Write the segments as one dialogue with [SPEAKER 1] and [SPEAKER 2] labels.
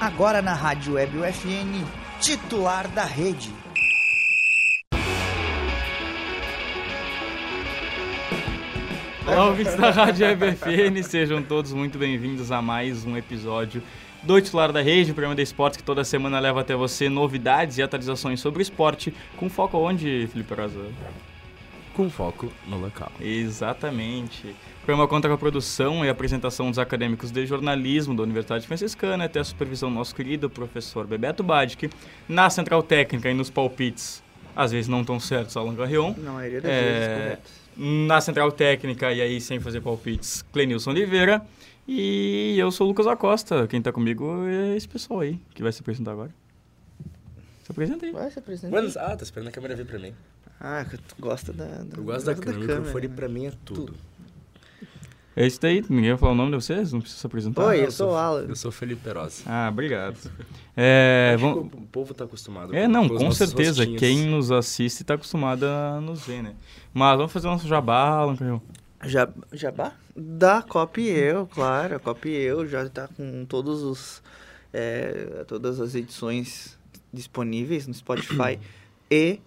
[SPEAKER 1] agora na Rádio Web UFN, titular da rede.
[SPEAKER 2] Olá, ouvintes da Rádio EBFN, sejam todos muito bem-vindos a mais um episódio do Titular da Rede, o programa de esportes que toda semana leva até você novidades e atualizações sobre esporte, com foco onde, Felipe Rosa?
[SPEAKER 3] Com foco no local.
[SPEAKER 2] Exatamente. O programa conta com a produção e apresentação dos acadêmicos de jornalismo da Universidade Franciscana, até a supervisão do nosso querido professor Bebeto Badic, na Central Técnica e nos palpites, às vezes não tão certos, Alan Garrion.
[SPEAKER 1] Na maioria
[SPEAKER 4] É.
[SPEAKER 1] das vezes, correto.
[SPEAKER 2] Na Central Técnica, e aí sem fazer palpites, Clenilson Oliveira. E eu sou o Lucas Acosta. Quem tá comigo é esse pessoal aí, que vai se apresentar agora. Se apresenta aí.
[SPEAKER 1] Vai se apresentar.
[SPEAKER 4] Buenos... Ah, tá esperando a câmera vir pra mim.
[SPEAKER 1] Ah, que tu gosta da, da
[SPEAKER 4] Eu gosto da câmera, o microfone pra mim é tudo.
[SPEAKER 2] É isso daí. Ninguém vai falar o nome de vocês? Não precisa se apresentar.
[SPEAKER 1] Oi, eu sou o Alan.
[SPEAKER 4] Eu sou Felipe Rosa.
[SPEAKER 2] Ah, obrigado. É,
[SPEAKER 4] Acho
[SPEAKER 2] vamos...
[SPEAKER 4] que O povo tá acostumado.
[SPEAKER 2] É, não,
[SPEAKER 4] os
[SPEAKER 2] com
[SPEAKER 4] nossos
[SPEAKER 2] certeza.
[SPEAKER 4] rostinhos.
[SPEAKER 2] Quem nos assiste tá acostumado a nos ver, né? Mas vamos fazer um- o nosso jabá, Alan Canhão.
[SPEAKER 1] Ja- Jabá? Da Copy Eu, claro. A Copy Eu já tá com todos os... é, todas as edições disponíveis no Spotify e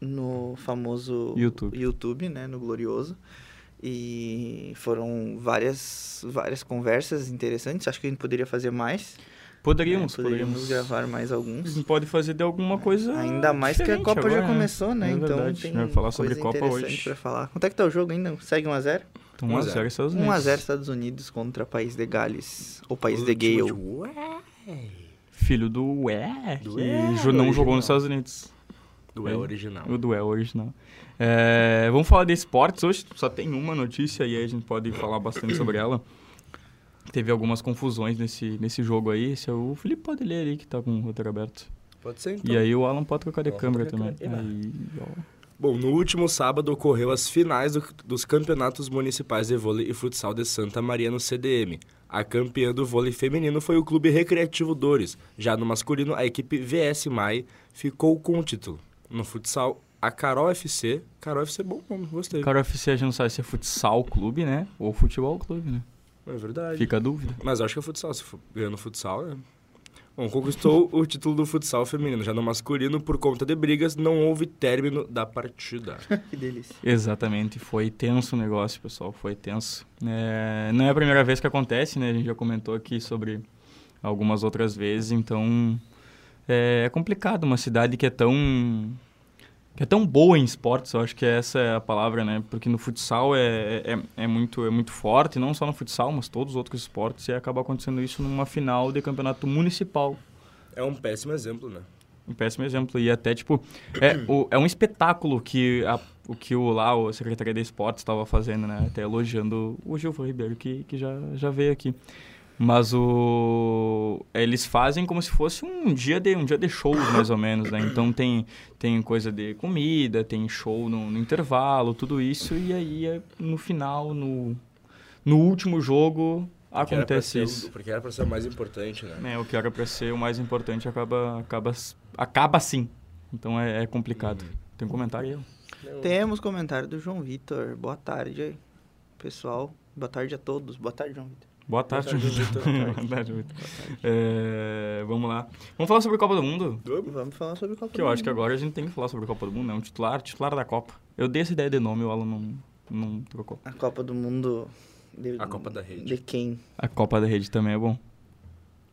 [SPEAKER 1] no famoso...
[SPEAKER 2] YouTube.
[SPEAKER 1] né? No Glorioso. E foram várias, várias conversas interessantes. Acho que a gente poderia fazer mais.
[SPEAKER 2] Poderíamos,
[SPEAKER 1] né? poderíamos
[SPEAKER 2] poderíamos.
[SPEAKER 1] gravar mais
[SPEAKER 2] A
[SPEAKER 1] alguns.
[SPEAKER 2] gente pode fazer de alguma coisa.
[SPEAKER 1] Ainda mais que a
[SPEAKER 2] diferente
[SPEAKER 1] Copa já
[SPEAKER 2] agora, né?
[SPEAKER 1] começou, né?
[SPEAKER 2] É
[SPEAKER 1] então
[SPEAKER 2] verdade.
[SPEAKER 1] tem
[SPEAKER 2] A gente vai falar sobre
[SPEAKER 1] coisa
[SPEAKER 2] Copa
[SPEAKER 1] interessante
[SPEAKER 2] hoje.
[SPEAKER 1] pra falar. Quanto é que tá o jogo ainda? Segue 1x0?
[SPEAKER 2] Então, 1 a 0 Estados Unidos.
[SPEAKER 1] 1x0 Estados Unidos contra País de Gales. Ou País
[SPEAKER 4] Tudo
[SPEAKER 1] de
[SPEAKER 4] tipo
[SPEAKER 1] Gale.
[SPEAKER 4] de, ué,
[SPEAKER 2] Filho do Ué, que
[SPEAKER 4] Do Ué,
[SPEAKER 2] jo- não jogou
[SPEAKER 4] original.
[SPEAKER 2] nos Estados Unidos.
[SPEAKER 4] Do é original.
[SPEAKER 2] O do Ué original. É, vamos falar de esportes. Hoje só tem uma notícia e aí a gente pode falar bastante sobre ela. Teve algumas confusões nesse, nesse jogo aí. Esse é o Felipe pode ler ali que tá com o roteiro aberto.
[SPEAKER 4] Pode ser então.
[SPEAKER 2] e aí o Alan pode trocar de
[SPEAKER 4] Ó,
[SPEAKER 2] câmera
[SPEAKER 4] trocar de
[SPEAKER 2] também.
[SPEAKER 4] câmera.
[SPEAKER 2] Aí, ó.
[SPEAKER 4] Bom, no último sábado ocorreu as finais do- dos campeonatos municipais de vôlei e futsal de Santa Maria no CDM. A campeã do vôlei feminino foi o Clube Recreativo Dores. Já no masculino, a equipe VS Mai ficou com o título. No futsal, a Carol FC. Carol FC é bom nome, gostei.
[SPEAKER 2] Cara, o FC a gente não sabe se é futsal clube, né? Ou futebol clube, né?
[SPEAKER 4] É verdade.
[SPEAKER 2] Fica a dúvida.
[SPEAKER 4] Mas eu acho que é futsal. Se for ganhar no futsal, né? Bom, conquistou o título do futsal feminino. Já no masculino, por conta de brigas, não houve término da partida.
[SPEAKER 1] Que delícia.
[SPEAKER 2] Exatamente, foi tenso o negócio, pessoal, foi tenso. É, não é a primeira vez que acontece, né? A gente já comentou aqui sobre algumas outras vezes, então é, é complicado uma cidade que é tão que é tão boa em esportes, eu acho que essa é a palavra, né? Porque no futsal é, é, é muito é muito forte, não só no futsal, mas todos os outros esportes e acaba acontecendo isso numa final de campeonato municipal.
[SPEAKER 4] É um péssimo exemplo, né?
[SPEAKER 2] Um péssimo exemplo. E até, tipo, é, o- é um espetáculo que a- o que o lá, o Secretaria de Esportes estava fazendo, né? Até elogiando o Gilvan Ribeiro, que, que já, já veio aqui. Mas o... Eles fazem como se fosse um dia de, um dia de shows, mais ou menos, né? Então tem, tem coisa de comida, tem show no, no intervalo, tudo isso. E aí, é- no final, no, no último jogo,
[SPEAKER 4] Porque era pra
[SPEAKER 2] acontece
[SPEAKER 4] ser o-
[SPEAKER 2] isso
[SPEAKER 4] Porque era pra ser o mais importante, né?
[SPEAKER 2] né, o que era pra ser o mais importante acaba, acaba, acaba sim. Então é, é complicado. Tem um comentário aí? ó.
[SPEAKER 1] Temos comentário do João Vitor. Boa tarde, pessoal. Boa tarde a todos. Boa tarde, João Vitor.
[SPEAKER 2] Boa tarde.
[SPEAKER 4] tarde, Vitor.
[SPEAKER 2] Boa tarde, Vitor. É, vamos lá. Vamos falar sobre Copa do Mundo?
[SPEAKER 1] Vamos falar sobre Copa
[SPEAKER 2] Que eu acho que agora a gente tem que falar sobre Copa do Mundo, né? Um titular, titular da Copa. Eu dei essa ideia de nome, o Alan não, não trocou.
[SPEAKER 1] A Copa do Mundo... de-
[SPEAKER 4] A Copa da Rede.
[SPEAKER 1] De quem?
[SPEAKER 2] A Copa da Rede também é bom.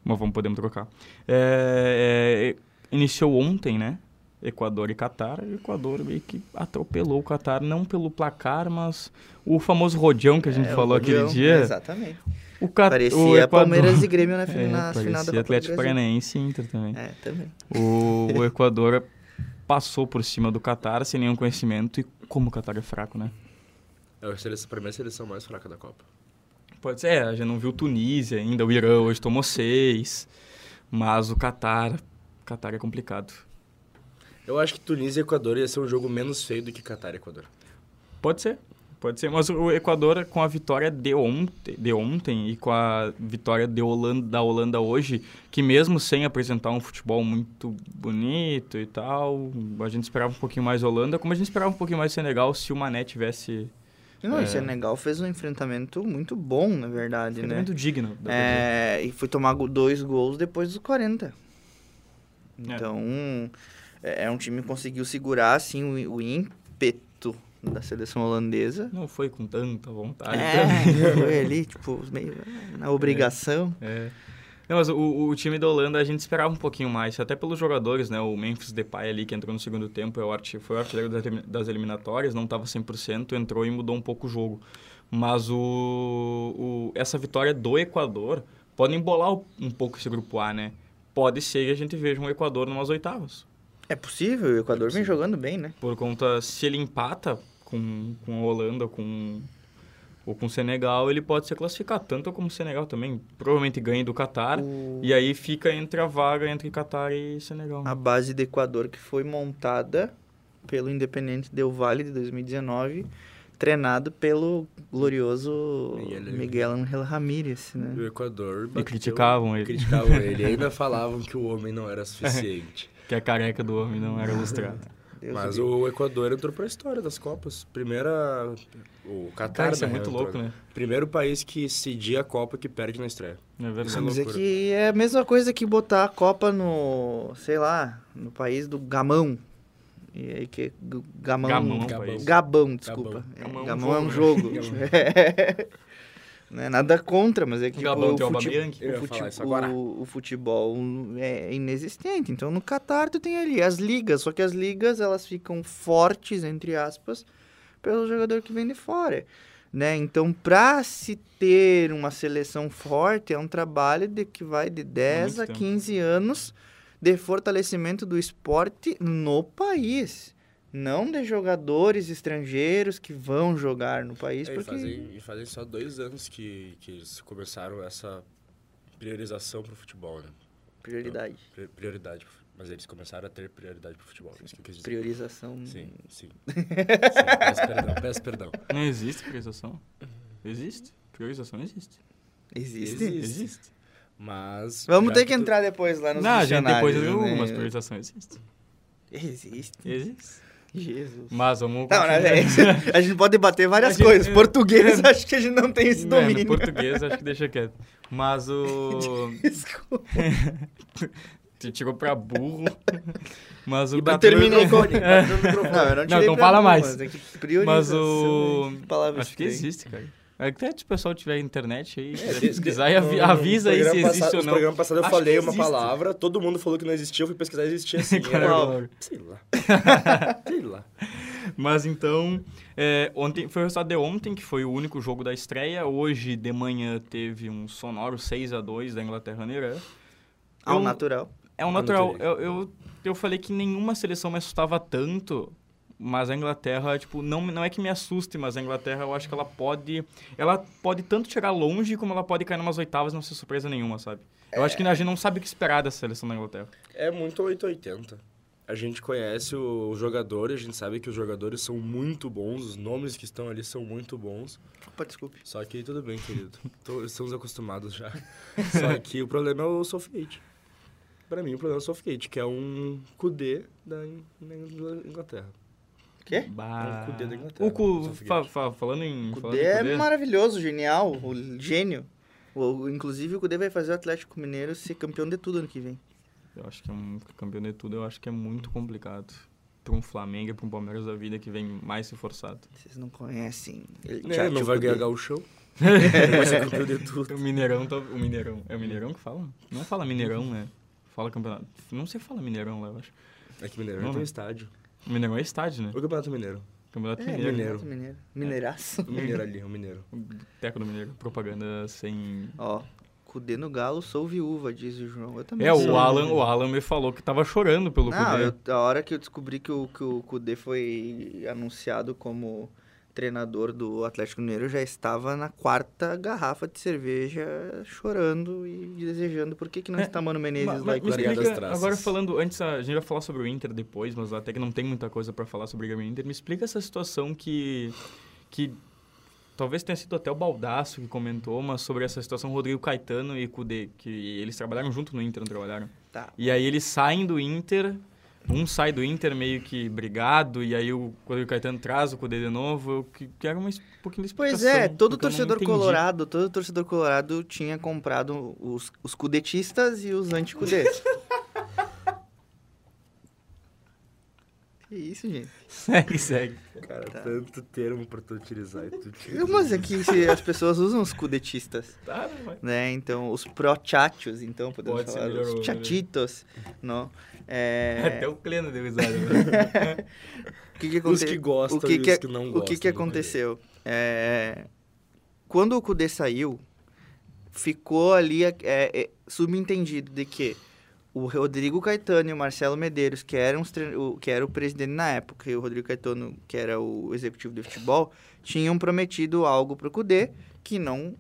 [SPEAKER 2] Mas vamos, podemos trocar. É, é, iniciou ontem, né? Equador e Catar. O Equador meio que atropelou o Catar, não pelo placar, mas o famoso rodeão que a gente
[SPEAKER 1] É, o
[SPEAKER 2] falou aquele
[SPEAKER 1] Rodeão.
[SPEAKER 2] dia.
[SPEAKER 1] Exatamente.
[SPEAKER 2] O Cat... o
[SPEAKER 1] Parecia
[SPEAKER 2] Equador...
[SPEAKER 1] Palmeiras e Grêmio na,
[SPEAKER 2] é,
[SPEAKER 1] fin- na
[SPEAKER 2] parecia
[SPEAKER 1] final da Copa
[SPEAKER 2] Atlético
[SPEAKER 1] do Brasil.
[SPEAKER 2] Paranaense e Inter também.
[SPEAKER 1] É, também.
[SPEAKER 2] O, o Equador passou por cima do Catar sem nenhum conhecimento. E como o Catar é fraco, né?
[SPEAKER 4] É a seleção, pra mim, é a seleção mais fraca da Copa.
[SPEAKER 2] Pode ser, é, a gente não viu Tunísia ainda, o Irã hoje tomou seis, mas o Catar, Catar é complicado.
[SPEAKER 4] Eu acho que Tunísia e Equador ia ser um jogo menos feio do que Catar e Equador.
[SPEAKER 2] Pode ser, pode ser, mas o Equador com a vitória de ontem, de ontem e com a vitória de Holanda, da Holanda hoje, que mesmo sem apresentar um futebol muito bonito e tal, a gente esperava um pouquinho mais Holanda, como a gente esperava um pouquinho mais Senegal se o Mané tivesse
[SPEAKER 1] Não, e Senegal fez um enfrentamento muito bom, na verdade,
[SPEAKER 2] Foi
[SPEAKER 1] né?
[SPEAKER 2] muito digno. dá pra dizer.
[SPEAKER 1] É, e foi tomar go- dois gols depois dos 40. Então, é, é um time que conseguiu segurar, assim, o, o ímpeto da seleção holandesa.
[SPEAKER 2] Não foi com tanta vontade.
[SPEAKER 1] É, foi ali, tipo, meio na obrigação.
[SPEAKER 2] É. Não, mas o, o time da Holanda a gente esperava um pouquinho mais, até pelos jogadores, né? O Memphis Depay ali, que entrou no segundo tempo, é o arti- foi o artilheiro das elimi- das eliminatórias, não estava 100%, entrou e mudou um pouco o jogo. Mas o, o- essa vitória do Equador pode embolar o- um pouco esse grupo A, né? Pode ser que a gente veja um Equador numas oitavas.
[SPEAKER 1] É, possível, o Equador vem jogando bem, né?
[SPEAKER 2] Por conta, se ele empata com, com a Holanda com, ou com o Senegal, ele pode se classificar, tanto como o Senegal também. Provavelmente ganha do Catar.
[SPEAKER 1] O-
[SPEAKER 2] E aí fica entre a vaga entre Catar e Senegal.
[SPEAKER 1] a base do Equador que foi montada pelo Independente Del Valle de 2019, treinado pelo glorioso
[SPEAKER 4] Miguel-
[SPEAKER 1] Miguel Angel Ramírez,
[SPEAKER 4] E
[SPEAKER 1] né?
[SPEAKER 4] o Equador
[SPEAKER 2] E
[SPEAKER 4] bateu-
[SPEAKER 2] criticavam ele,
[SPEAKER 4] criticavam ele. E ainda falavam que o homem não era suficiente.
[SPEAKER 2] que a careca do homem não era ilustrada.
[SPEAKER 1] Deus
[SPEAKER 4] Mas
[SPEAKER 1] o... livre.
[SPEAKER 4] o Equador entrou pra história das Copas. Primeira. O Catar
[SPEAKER 2] Cara, isso é
[SPEAKER 4] na real,
[SPEAKER 2] muito
[SPEAKER 4] entrou,
[SPEAKER 2] louco, né?
[SPEAKER 4] Primeiro país que cedia a Copa que perde na
[SPEAKER 2] É
[SPEAKER 4] estreia.
[SPEAKER 1] Isso
[SPEAKER 4] é
[SPEAKER 2] verdade.
[SPEAKER 1] Vamos dizer
[SPEAKER 4] loucura.
[SPEAKER 1] que é a mesma coisa que botar a Copa no, sei lá, no país do Gamão. E aí que é G- Gamão,
[SPEAKER 2] Gamão, é um
[SPEAKER 4] Gabão.
[SPEAKER 2] país.
[SPEAKER 1] Gabão, desculpa. É,
[SPEAKER 2] Gamão é
[SPEAKER 1] Gamão,
[SPEAKER 2] um
[SPEAKER 1] é um
[SPEAKER 2] jogo,
[SPEAKER 1] jogo.
[SPEAKER 2] né?
[SPEAKER 1] É. Não é nada contra, mas é que
[SPEAKER 2] Gabão
[SPEAKER 1] o,
[SPEAKER 2] tem o
[SPEAKER 1] fute-
[SPEAKER 2] Aubameyang?
[SPEAKER 4] Eu ia
[SPEAKER 1] o, fute-
[SPEAKER 4] falar isso agora.
[SPEAKER 1] o- o futebol é inexistente. Então no Catar tu tem ali as ligas, só que as ligas elas ficam fortes entre aspas pelo jogador que vem de fora, né? Então pra se ter uma seleção forte é um trabalho de que vai de 10
[SPEAKER 2] muito
[SPEAKER 1] a
[SPEAKER 2] tempo.
[SPEAKER 1] 15 anos de fortalecimento do esporte no país. Não de jogadores estrangeiros que vão jogar no país,
[SPEAKER 4] É, e,
[SPEAKER 1] porque
[SPEAKER 4] fazem, e fazem só dois anos que, que eles começaram essa priorização pro futebol, né?
[SPEAKER 1] prioridade,
[SPEAKER 2] Então,
[SPEAKER 4] Pri- Prioridade. pro fu- Mas eles começaram a ter prioridade pro futebol. é Isso que eu quis dizer.
[SPEAKER 1] priorização.
[SPEAKER 4] Sim, sim. sim peço perdão, peço perdão.
[SPEAKER 2] Não existe priorização? Existe? Priorização existe.
[SPEAKER 1] Existe?
[SPEAKER 2] Existe.
[SPEAKER 4] Mas.
[SPEAKER 1] Vamos
[SPEAKER 4] já
[SPEAKER 1] ter que
[SPEAKER 4] tu-
[SPEAKER 1] entrar depois lá nos
[SPEAKER 2] Não, a gente depois
[SPEAKER 1] dicionários,
[SPEAKER 2] eu
[SPEAKER 1] né?
[SPEAKER 2] mas priorização existe.
[SPEAKER 1] Existe.
[SPEAKER 2] Existe.
[SPEAKER 1] Jesus.
[SPEAKER 2] É. Mas vamos
[SPEAKER 1] Não, né,
[SPEAKER 2] continuar.
[SPEAKER 1] velho? a gente pode debater várias
[SPEAKER 2] A gente- é.
[SPEAKER 1] coisas. Português, acho que a gente não tem esse
[SPEAKER 2] Não,
[SPEAKER 1] domínio.
[SPEAKER 2] Né, no português acho que deixa quieto. Mas o...
[SPEAKER 1] Desculpa.
[SPEAKER 2] Te tirou pra burro. Mas o...
[SPEAKER 4] E bateu no
[SPEAKER 2] Catar-
[SPEAKER 4] microfone. bateu no microfone.
[SPEAKER 1] É. Não, eu
[SPEAKER 2] Não,
[SPEAKER 1] não tirei
[SPEAKER 2] não
[SPEAKER 1] pra
[SPEAKER 2] fala
[SPEAKER 1] mim,
[SPEAKER 2] mais.
[SPEAKER 1] Mas, é que priorização,
[SPEAKER 2] Mas o-
[SPEAKER 1] né? Que palavra
[SPEAKER 2] Acho que
[SPEAKER 1] estranha.
[SPEAKER 2] existe, cara. Até se o pessoal tiver internet aí, quiser
[SPEAKER 4] de-
[SPEAKER 2] pesquisar,
[SPEAKER 4] de-
[SPEAKER 2] e avi-
[SPEAKER 4] É, no- no
[SPEAKER 2] avisa aí se
[SPEAKER 4] programa
[SPEAKER 2] existe
[SPEAKER 4] passado-
[SPEAKER 2] ou
[SPEAKER 4] No
[SPEAKER 2] não.
[SPEAKER 4] programa passado eu
[SPEAKER 2] Acho que
[SPEAKER 4] falei uma
[SPEAKER 2] existe.
[SPEAKER 4] palavra, todo mundo falou que não existia, eu fui pesquisar e existia assim.
[SPEAKER 2] Cara,
[SPEAKER 4] era-
[SPEAKER 2] eu-
[SPEAKER 4] Sei lá. Sei lá.
[SPEAKER 2] Mas então, é, ontem foi o resultado de ontem, que foi o único jogo da estreia. Hoje de manhã teve um sonoro 6 a 2 da Inglaterra no Irã.
[SPEAKER 1] Ao
[SPEAKER 2] Eu-
[SPEAKER 1] natural.
[SPEAKER 2] É um
[SPEAKER 4] Ah,
[SPEAKER 2] natural. Eu,
[SPEAKER 4] natureza.
[SPEAKER 2] eu, eu falei que nenhuma seleção me assustava tanto, mas a Inglaterra, tipo, não, não é que me assuste, mas a Inglaterra eu acho que ela pode. Ela pode tanto chegar longe como ela pode cair numas oitavas e não ser surpresa nenhuma, sabe? Eu acho que a gente não sabe o que esperar dessa seleção da Inglaterra.
[SPEAKER 4] É muito 880. A gente conhece os jogadores, a gente sabe que os jogadores são muito bons, os nomes que estão ali são muito bons.
[SPEAKER 1] Opa, desculpe.
[SPEAKER 4] Só que tudo bem, querido. Tô- estamos acostumados já. Só que o problema é o Southgate. Pra mim, o problema é o Southgate, que é um Kudê da In- na Inglaterra.
[SPEAKER 1] Quê?
[SPEAKER 2] Bah.
[SPEAKER 4] É o Kudê da Inglaterra,
[SPEAKER 2] O cu,
[SPEAKER 4] Southgate.
[SPEAKER 2] fa- fa- falando em.
[SPEAKER 1] O
[SPEAKER 2] falando
[SPEAKER 1] Kudê
[SPEAKER 2] em
[SPEAKER 1] é
[SPEAKER 2] Kudê,
[SPEAKER 1] maravilhoso, genial, o gênio. O- inclusive, o Kudê vai fazer o Atlético Mineiro ser campeão de tudo ano que vem.
[SPEAKER 2] Eu acho que é um campeão de tudo, eu acho que é muito complicado. Pra um Flamengo e pra um Palmeiras da vida que vem mais se forçado.
[SPEAKER 1] Vocês não conhecem. Ele
[SPEAKER 4] Né, não vai ganhar
[SPEAKER 1] Kudê.
[SPEAKER 4] gauchão. É, Vai ser campeão de tudo.
[SPEAKER 2] O Mineirão, tá- o Mineirão. É o Mineirão que fala? Não fala Mineirão, né? Fala campeonato. Não se fala Mineirão lá, eu acho.
[SPEAKER 4] É que Mineirão
[SPEAKER 2] Não,
[SPEAKER 4] tem um
[SPEAKER 2] né?
[SPEAKER 4] estádio.
[SPEAKER 2] O Mineirão é estádio, né?
[SPEAKER 4] O Campeonato Mineiro.
[SPEAKER 2] Campeonato
[SPEAKER 1] É,
[SPEAKER 2] Mineiro.
[SPEAKER 1] Mineiro. Mineiro. Mineiraço.
[SPEAKER 4] O Mineiro ali, o Mineiro.
[SPEAKER 2] Teco do Mineiro. Propaganda sem.
[SPEAKER 1] Ó, Kudê no Galo, sou viúva, diz o João. Eu também
[SPEAKER 2] É,
[SPEAKER 1] sou.
[SPEAKER 2] o Alan, o Alan me falou que tava chorando pelo né?
[SPEAKER 1] Não,
[SPEAKER 2] Kudê.
[SPEAKER 1] eu, a hora que eu descobri que o, que o Kudê foi anunciado como treinador do Atlético Mineiro, eu já estava na quarta garrafa de cerveja chorando e desejando. Por que, que não está Mano Menezes
[SPEAKER 2] É, Mas-
[SPEAKER 1] lá? e
[SPEAKER 2] mas me
[SPEAKER 1] Kudê?
[SPEAKER 4] Clarear
[SPEAKER 2] explica,
[SPEAKER 4] das traças.
[SPEAKER 2] agora falando, antes a, a gente vai falar sobre o Inter depois, mas até que não tem muita coisa pra falar sobre o Grêmio e Inter. Me explica essa situação que que talvez tenha sido até o Baldaço que comentou, mas sobre essa situação Rodrigo Caetano e Cudê, que eles trabalharam junto no Inter, não trabalharam?
[SPEAKER 1] Tá.
[SPEAKER 2] E aí eles saem do Inter um sai do Inter meio que brigado, e aí o, quando o Caetano traz o Cudê de novo, eu que- quero uma, es- um pouquinho de explicação.
[SPEAKER 1] Pois é, todo
[SPEAKER 2] porque eu não
[SPEAKER 1] torcedor
[SPEAKER 2] entendi.
[SPEAKER 1] colorado, todo torcedor colorado tinha comprado os, os cudetistas e os anticudetes. que isso, gente?
[SPEAKER 2] Segue, segue.
[SPEAKER 4] Cara, tanto termo pra tu utilizar e tu tira.
[SPEAKER 1] Mas é que se as pessoas usam os cudetistas,
[SPEAKER 2] Tá, não vai.
[SPEAKER 1] né? Então, os prochachos, então, podemos
[SPEAKER 2] Pode ser
[SPEAKER 1] falar,
[SPEAKER 2] melhor
[SPEAKER 1] os
[SPEAKER 2] o-
[SPEAKER 1] chatitos, não?
[SPEAKER 2] Até
[SPEAKER 1] É,
[SPEAKER 2] o Cleno deu risada. né?
[SPEAKER 1] o que que
[SPEAKER 4] Os
[SPEAKER 1] aconte-
[SPEAKER 4] que gostam
[SPEAKER 1] o que
[SPEAKER 4] e
[SPEAKER 1] que- é-
[SPEAKER 4] os que não
[SPEAKER 1] O
[SPEAKER 4] gostam.
[SPEAKER 1] que, que
[SPEAKER 4] né, velho?
[SPEAKER 1] aconteceu? É, Quando o Kudê saiu, ficou ali é, é, subentendido de que o Rodrigo Caetano e o Marcelo Medeiros, que, eram os tre- o, que era o presidente na época, e o Rodrigo Caetano, que era o executivo de futebol, tinham prometido algo para o Kudê que não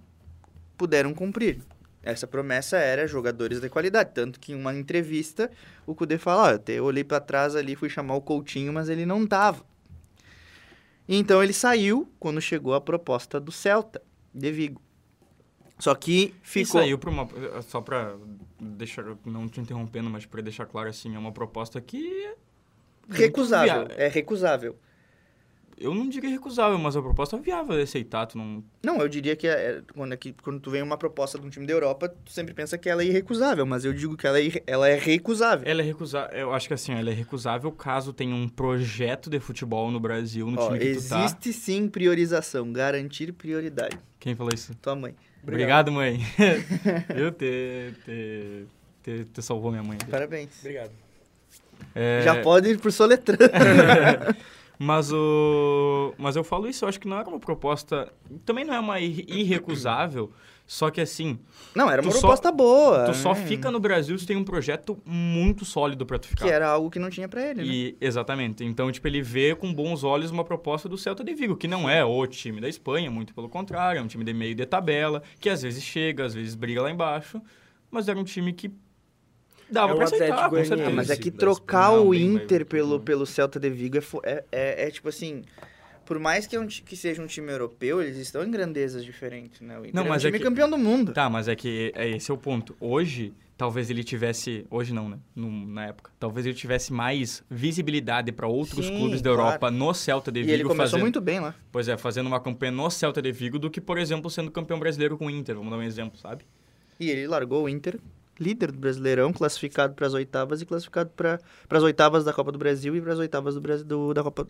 [SPEAKER 1] puderam cumprir. Essa promessa era jogadores de qualidade, tanto que em uma entrevista o Kudê fala, ó, eu te- eu olhei para trás ali, fui chamar o Coutinho, mas ele não tava. Então ele saiu quando chegou a proposta do Celta de Vigo. Só que ficou.
[SPEAKER 2] E saiu pra uma. Só pra deixar. Não te interrompendo, mas pra deixar claro assim, é uma proposta que. é muito
[SPEAKER 1] Recusável.
[SPEAKER 2] via-
[SPEAKER 1] É recusável.
[SPEAKER 2] Eu não diria recusável, mas é uma proposta viável de aceitar. Tu não.
[SPEAKER 1] Não, eu diria que, é- é- quando, é que- quando tu vem uma proposta de um time da Europa, tu sempre pensa que ela é irrecusável, mas eu digo que ela é, irre- ela é recusável.
[SPEAKER 2] Ela é recusável. Eu acho que assim, ela é recusável caso tenha um projeto de futebol no Brasil, no
[SPEAKER 1] Ó,
[SPEAKER 2] time que tu tá.
[SPEAKER 1] existe sim priorização, garantir prioridade.
[SPEAKER 2] Quem falou isso?
[SPEAKER 1] Tua mãe.
[SPEAKER 2] Obrigado, mãe. Eu te, te, te, te salvou minha mãe.
[SPEAKER 1] Parabéns.
[SPEAKER 4] Obrigado.
[SPEAKER 2] É,
[SPEAKER 1] Já pode ir pro soletrando.
[SPEAKER 2] mas o. Mas eu falo isso, eu acho que não era uma proposta. Também não é uma ir- irrecusável. Só que assim,
[SPEAKER 1] Não, era uma
[SPEAKER 2] Tu só-
[SPEAKER 1] proposta boa.
[SPEAKER 2] tu só
[SPEAKER 1] né?
[SPEAKER 2] fica no Brasil se tem um projeto muito sólido pra tu ficar.
[SPEAKER 1] Que era algo que não tinha pra ele, né?
[SPEAKER 2] E, exatamente. Então, tipo, ele vê com bons olhos uma proposta do Celta de Vigo, que não é o time da Espanha, muito pelo contrário, é um time de meio de tabela, que às vezes chega, às vezes briga lá embaixo, mas era um time que dava
[SPEAKER 4] É o
[SPEAKER 2] pra aceitar,
[SPEAKER 4] Atlético
[SPEAKER 2] com certeza.
[SPEAKER 1] Ah, mas é
[SPEAKER 4] Esse
[SPEAKER 1] que
[SPEAKER 4] da
[SPEAKER 1] trocar
[SPEAKER 2] Espanha,
[SPEAKER 1] o
[SPEAKER 2] bem, mas-
[SPEAKER 1] Inter pelo, pelo Celta de Vigo é, fo- é, é- é tipo assim. Por mais que, é um ti- que seja um time europeu, eles estão em grandezas diferentes, né? O Inter
[SPEAKER 2] Não,
[SPEAKER 1] é um
[SPEAKER 2] mas é
[SPEAKER 1] time
[SPEAKER 2] que-
[SPEAKER 1] campeão do mundo.
[SPEAKER 2] Tá, mas é que é esse é o ponto. Hoje, talvez ele tivesse... Hoje não, né? Num- na época. Talvez ele tivesse mais visibilidade pra outros
[SPEAKER 1] Sim,
[SPEAKER 2] clubes da
[SPEAKER 1] claro.
[SPEAKER 2] Europa no Celta de
[SPEAKER 1] E
[SPEAKER 2] Vigo.
[SPEAKER 1] ele começou
[SPEAKER 2] fazendo...
[SPEAKER 1] muito bem lá.
[SPEAKER 2] Pois é, fazendo uma campanha no Celta de Vigo do que, por exemplo, sendo campeão brasileiro com o Inter. Vamos dar um exemplo, sabe?
[SPEAKER 1] E ele largou o Inter, líder do Brasileirão, classificado para as oitavas e classificado para as oitavas da Copa do Brasil e para as oitavas do, Brasil, do- da Copa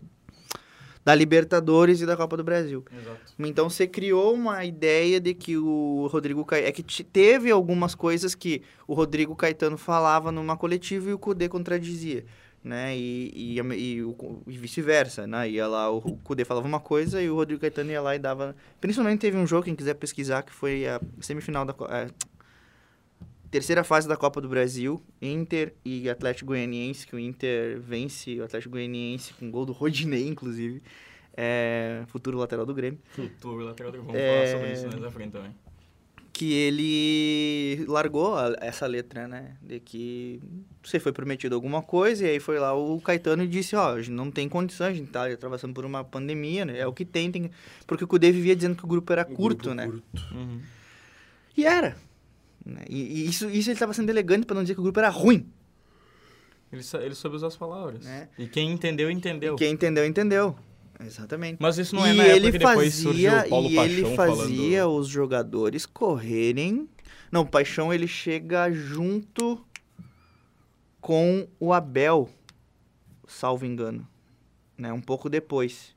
[SPEAKER 1] da Libertadores e da Copa do Brasil.
[SPEAKER 2] Exato.
[SPEAKER 1] Então você criou uma ideia de que o Rodrigo Caetano. É que te- teve algumas coisas que o Rodrigo Caetano falava numa coletiva e o Cudê contradizia. Né? E, e, a- e o- e vice-versa, né? Ia lá, o Cudê falava uma coisa e o Rodrigo Caetano ia lá e dava. Principalmente teve um jogo, quem quiser pesquisar, que foi a semifinal da. Co- é, terceira fase da Copa do Brasil, Inter e Atlético Goianiense, que o Inter vence o Atlético Goianiense com gol do Rodinei, inclusive. É, futuro lateral do Grêmio
[SPEAKER 2] Futuro lateral do Vamos
[SPEAKER 1] É.
[SPEAKER 2] falar sobre isso mais à frente também.
[SPEAKER 1] que ele largou a- essa letra, né? De que você foi prometido alguma coisa, e aí foi lá o Caetano e disse, ó, a gente não tem condições, a gente tá atravessando por uma pandemia, né? É o que tem, tem... Porque o Kudê vivia dizendo que o grupo era curto, né? E era. né? E, e isso, isso ele tava sendo elegante pra não dizer que o grupo era ruim.
[SPEAKER 2] Ele, sa- ele soube usar as palavras.
[SPEAKER 1] Né?
[SPEAKER 2] E quem entendeu, entendeu.
[SPEAKER 1] E quem entendeu, entendeu. Exatamente.
[SPEAKER 2] Mas isso não é
[SPEAKER 1] e
[SPEAKER 2] na época
[SPEAKER 1] ele
[SPEAKER 2] que depois surgiu
[SPEAKER 1] fazia,
[SPEAKER 2] o Paulo
[SPEAKER 1] e
[SPEAKER 2] Paixão
[SPEAKER 1] ele fazia os jogadores correrem. Não, o Paixão ele chega junto com o Abel, salvo engano, né? Um pouco depois,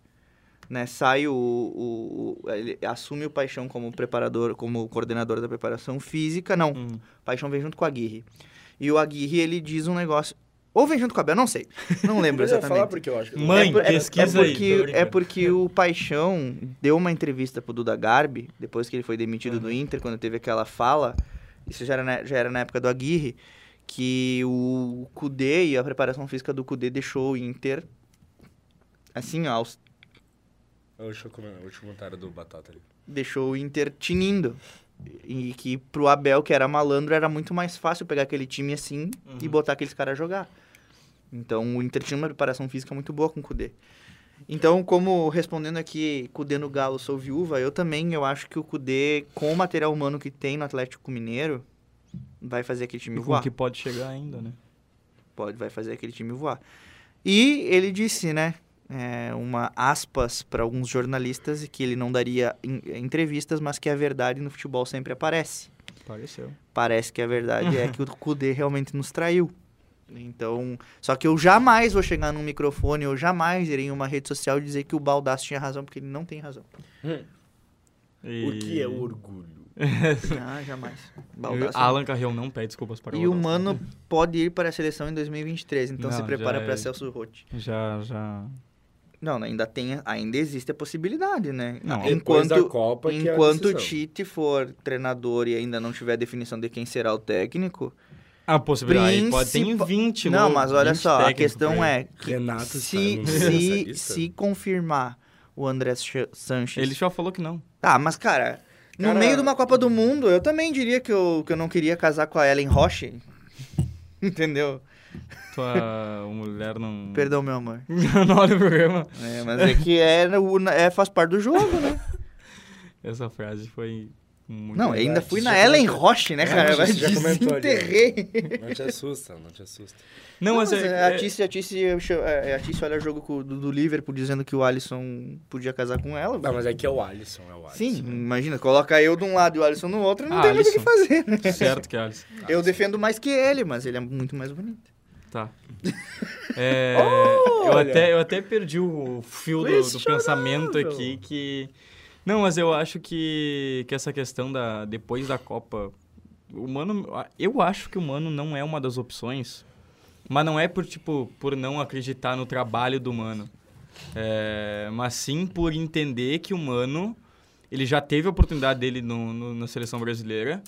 [SPEAKER 1] né? Sai o, o- o- ele assume o Paixão como preparador, como coordenador da preparação física. Não,
[SPEAKER 2] falando... Hum.
[SPEAKER 1] Paixão vem junto com o Aguirre. E o Aguirre ele diz um negócio, ou vem junto com o Abel, não sei, não lembro
[SPEAKER 4] Eu ia falar
[SPEAKER 1] exatamente.
[SPEAKER 4] porque eu acho que...
[SPEAKER 2] Mãe,
[SPEAKER 1] É por- é-
[SPEAKER 2] pesquisa
[SPEAKER 1] é
[SPEAKER 2] aí,
[SPEAKER 1] porque,
[SPEAKER 2] tô brincando.
[SPEAKER 1] É porque o Paixão deu uma entrevista pro Duda Garbi, depois que ele foi demitido
[SPEAKER 2] Uhum.
[SPEAKER 1] do Inter, quando teve aquela fala, isso já era na, já era na época do Aguirre, que o Kudê e a preparação física do Kudê deixou o Inter, assim, ó, aos-
[SPEAKER 4] Deixa eu comentar o último comentário do Batata ali.
[SPEAKER 1] deixou o Inter tinindo. E que pro Abel, que era malandro, era muito mais fácil pegar aquele time assim e botar aqueles caras a jogar. Então o Inter tinha uma preparação física muito boa com o Kudê. Então, como respondendo aqui, Kudê no Galo, sou viúva, eu também eu acho que o Kudê, com o material humano que tem no Atlético Mineiro, vai fazer aquele time
[SPEAKER 2] E com o
[SPEAKER 1] voar.
[SPEAKER 2] que pode chegar ainda, né?
[SPEAKER 1] Pode, vai fazer aquele time voar. E ele disse, né? é, uma aspas para alguns jornalistas que ele não daria en- entrevistas, mas que a verdade no futebol sempre aparece.
[SPEAKER 2] Pareceu.
[SPEAKER 1] Parece que a verdade é que o Kudê realmente nos traiu. Então, só que eu jamais vou chegar num microfone, eu jamais irei em uma rede social dizer que o Baldaço tinha razão, porque ele não tem razão.
[SPEAKER 2] E...
[SPEAKER 4] é
[SPEAKER 1] é
[SPEAKER 4] orgulho?
[SPEAKER 1] Ah, jamais.
[SPEAKER 2] E
[SPEAKER 1] Baldaço.
[SPEAKER 2] Alan Carrião não pede desculpas para
[SPEAKER 1] E o
[SPEAKER 2] Baldasso.
[SPEAKER 1] Mano pode ir para a seleção em 2023, então
[SPEAKER 2] Não,
[SPEAKER 1] se prepara
[SPEAKER 2] já
[SPEAKER 1] para
[SPEAKER 2] é.
[SPEAKER 1] Celso Rotti.
[SPEAKER 2] Já, já.
[SPEAKER 1] Não, ainda tem, ainda existe a possibilidade, né?
[SPEAKER 2] Não,
[SPEAKER 4] Depois da Copa que é a
[SPEAKER 1] Enquanto o
[SPEAKER 4] decisão.
[SPEAKER 1] Tite for treinador e ainda não tiver definição de quem será o técnico.
[SPEAKER 2] A Ah, possibilidade. aí Pode ter
[SPEAKER 1] Principa-
[SPEAKER 2] 20
[SPEAKER 1] não,
[SPEAKER 2] no-
[SPEAKER 1] mas olha
[SPEAKER 2] 20
[SPEAKER 1] só, a
[SPEAKER 2] técnicos
[SPEAKER 1] questão
[SPEAKER 2] pra ele.
[SPEAKER 1] é que
[SPEAKER 4] Renato
[SPEAKER 1] se,
[SPEAKER 4] está no meio dessa
[SPEAKER 1] se,
[SPEAKER 4] lista?
[SPEAKER 1] se confirmar o André Ch- Sanches.
[SPEAKER 2] Ele já falou que não.
[SPEAKER 1] Tá, mas cara, no
[SPEAKER 4] Cara-
[SPEAKER 1] meio de uma Copa do Mundo, eu também diria que eu, que eu não queria casar com a Ellen Roche. Entendeu?
[SPEAKER 2] Tua mulher não.
[SPEAKER 1] Perdão, meu amor.
[SPEAKER 2] não olha o programa.
[SPEAKER 1] É, mas é que é, o- é, faz parte do jogo, né?
[SPEAKER 2] Essa frase foi muito.
[SPEAKER 1] Não, é- eu ainda
[SPEAKER 4] verdade.
[SPEAKER 1] fui
[SPEAKER 4] Já
[SPEAKER 1] na Ellen
[SPEAKER 4] comentou-
[SPEAKER 1] Roche, né,
[SPEAKER 4] É,
[SPEAKER 1] cara?
[SPEAKER 4] você
[SPEAKER 1] Vai
[SPEAKER 4] já comentou ali.
[SPEAKER 1] desenterrei.
[SPEAKER 4] Não te assusta, não te assusta.
[SPEAKER 2] né? Não, mas é.
[SPEAKER 1] a
[SPEAKER 2] é-
[SPEAKER 1] Tice, a Tice, eu cho- é, a Tice olha o jogo com- do, do Liverpool dizendo que o Alisson podia casar com ela.
[SPEAKER 4] Não, mas é que é o Alisson, é o Alisson.
[SPEAKER 1] Sim, imagina, coloca eu de um lado e o Alisson no outro, não
[SPEAKER 2] né? Ah,
[SPEAKER 1] tem muito o que
[SPEAKER 2] Alisson.
[SPEAKER 1] fazer. né?
[SPEAKER 2] Certo que é Alisson.
[SPEAKER 1] Eu defendo mais que ele, mas ele é muito mais bonito.
[SPEAKER 2] Tá. É, eu,
[SPEAKER 4] Olha!
[SPEAKER 2] até, eu até perdi o fio do, do pensamento aqui que. Não, mas eu acho que, que essa questão da. Depois da Copa. O Mano. Eu acho que o Mano não é uma das opções. Mas não é por, tipo, por não acreditar no trabalho do Mano. É, mas sim por entender que o Mano. Ele já teve a oportunidade dele no- no- na seleção brasileira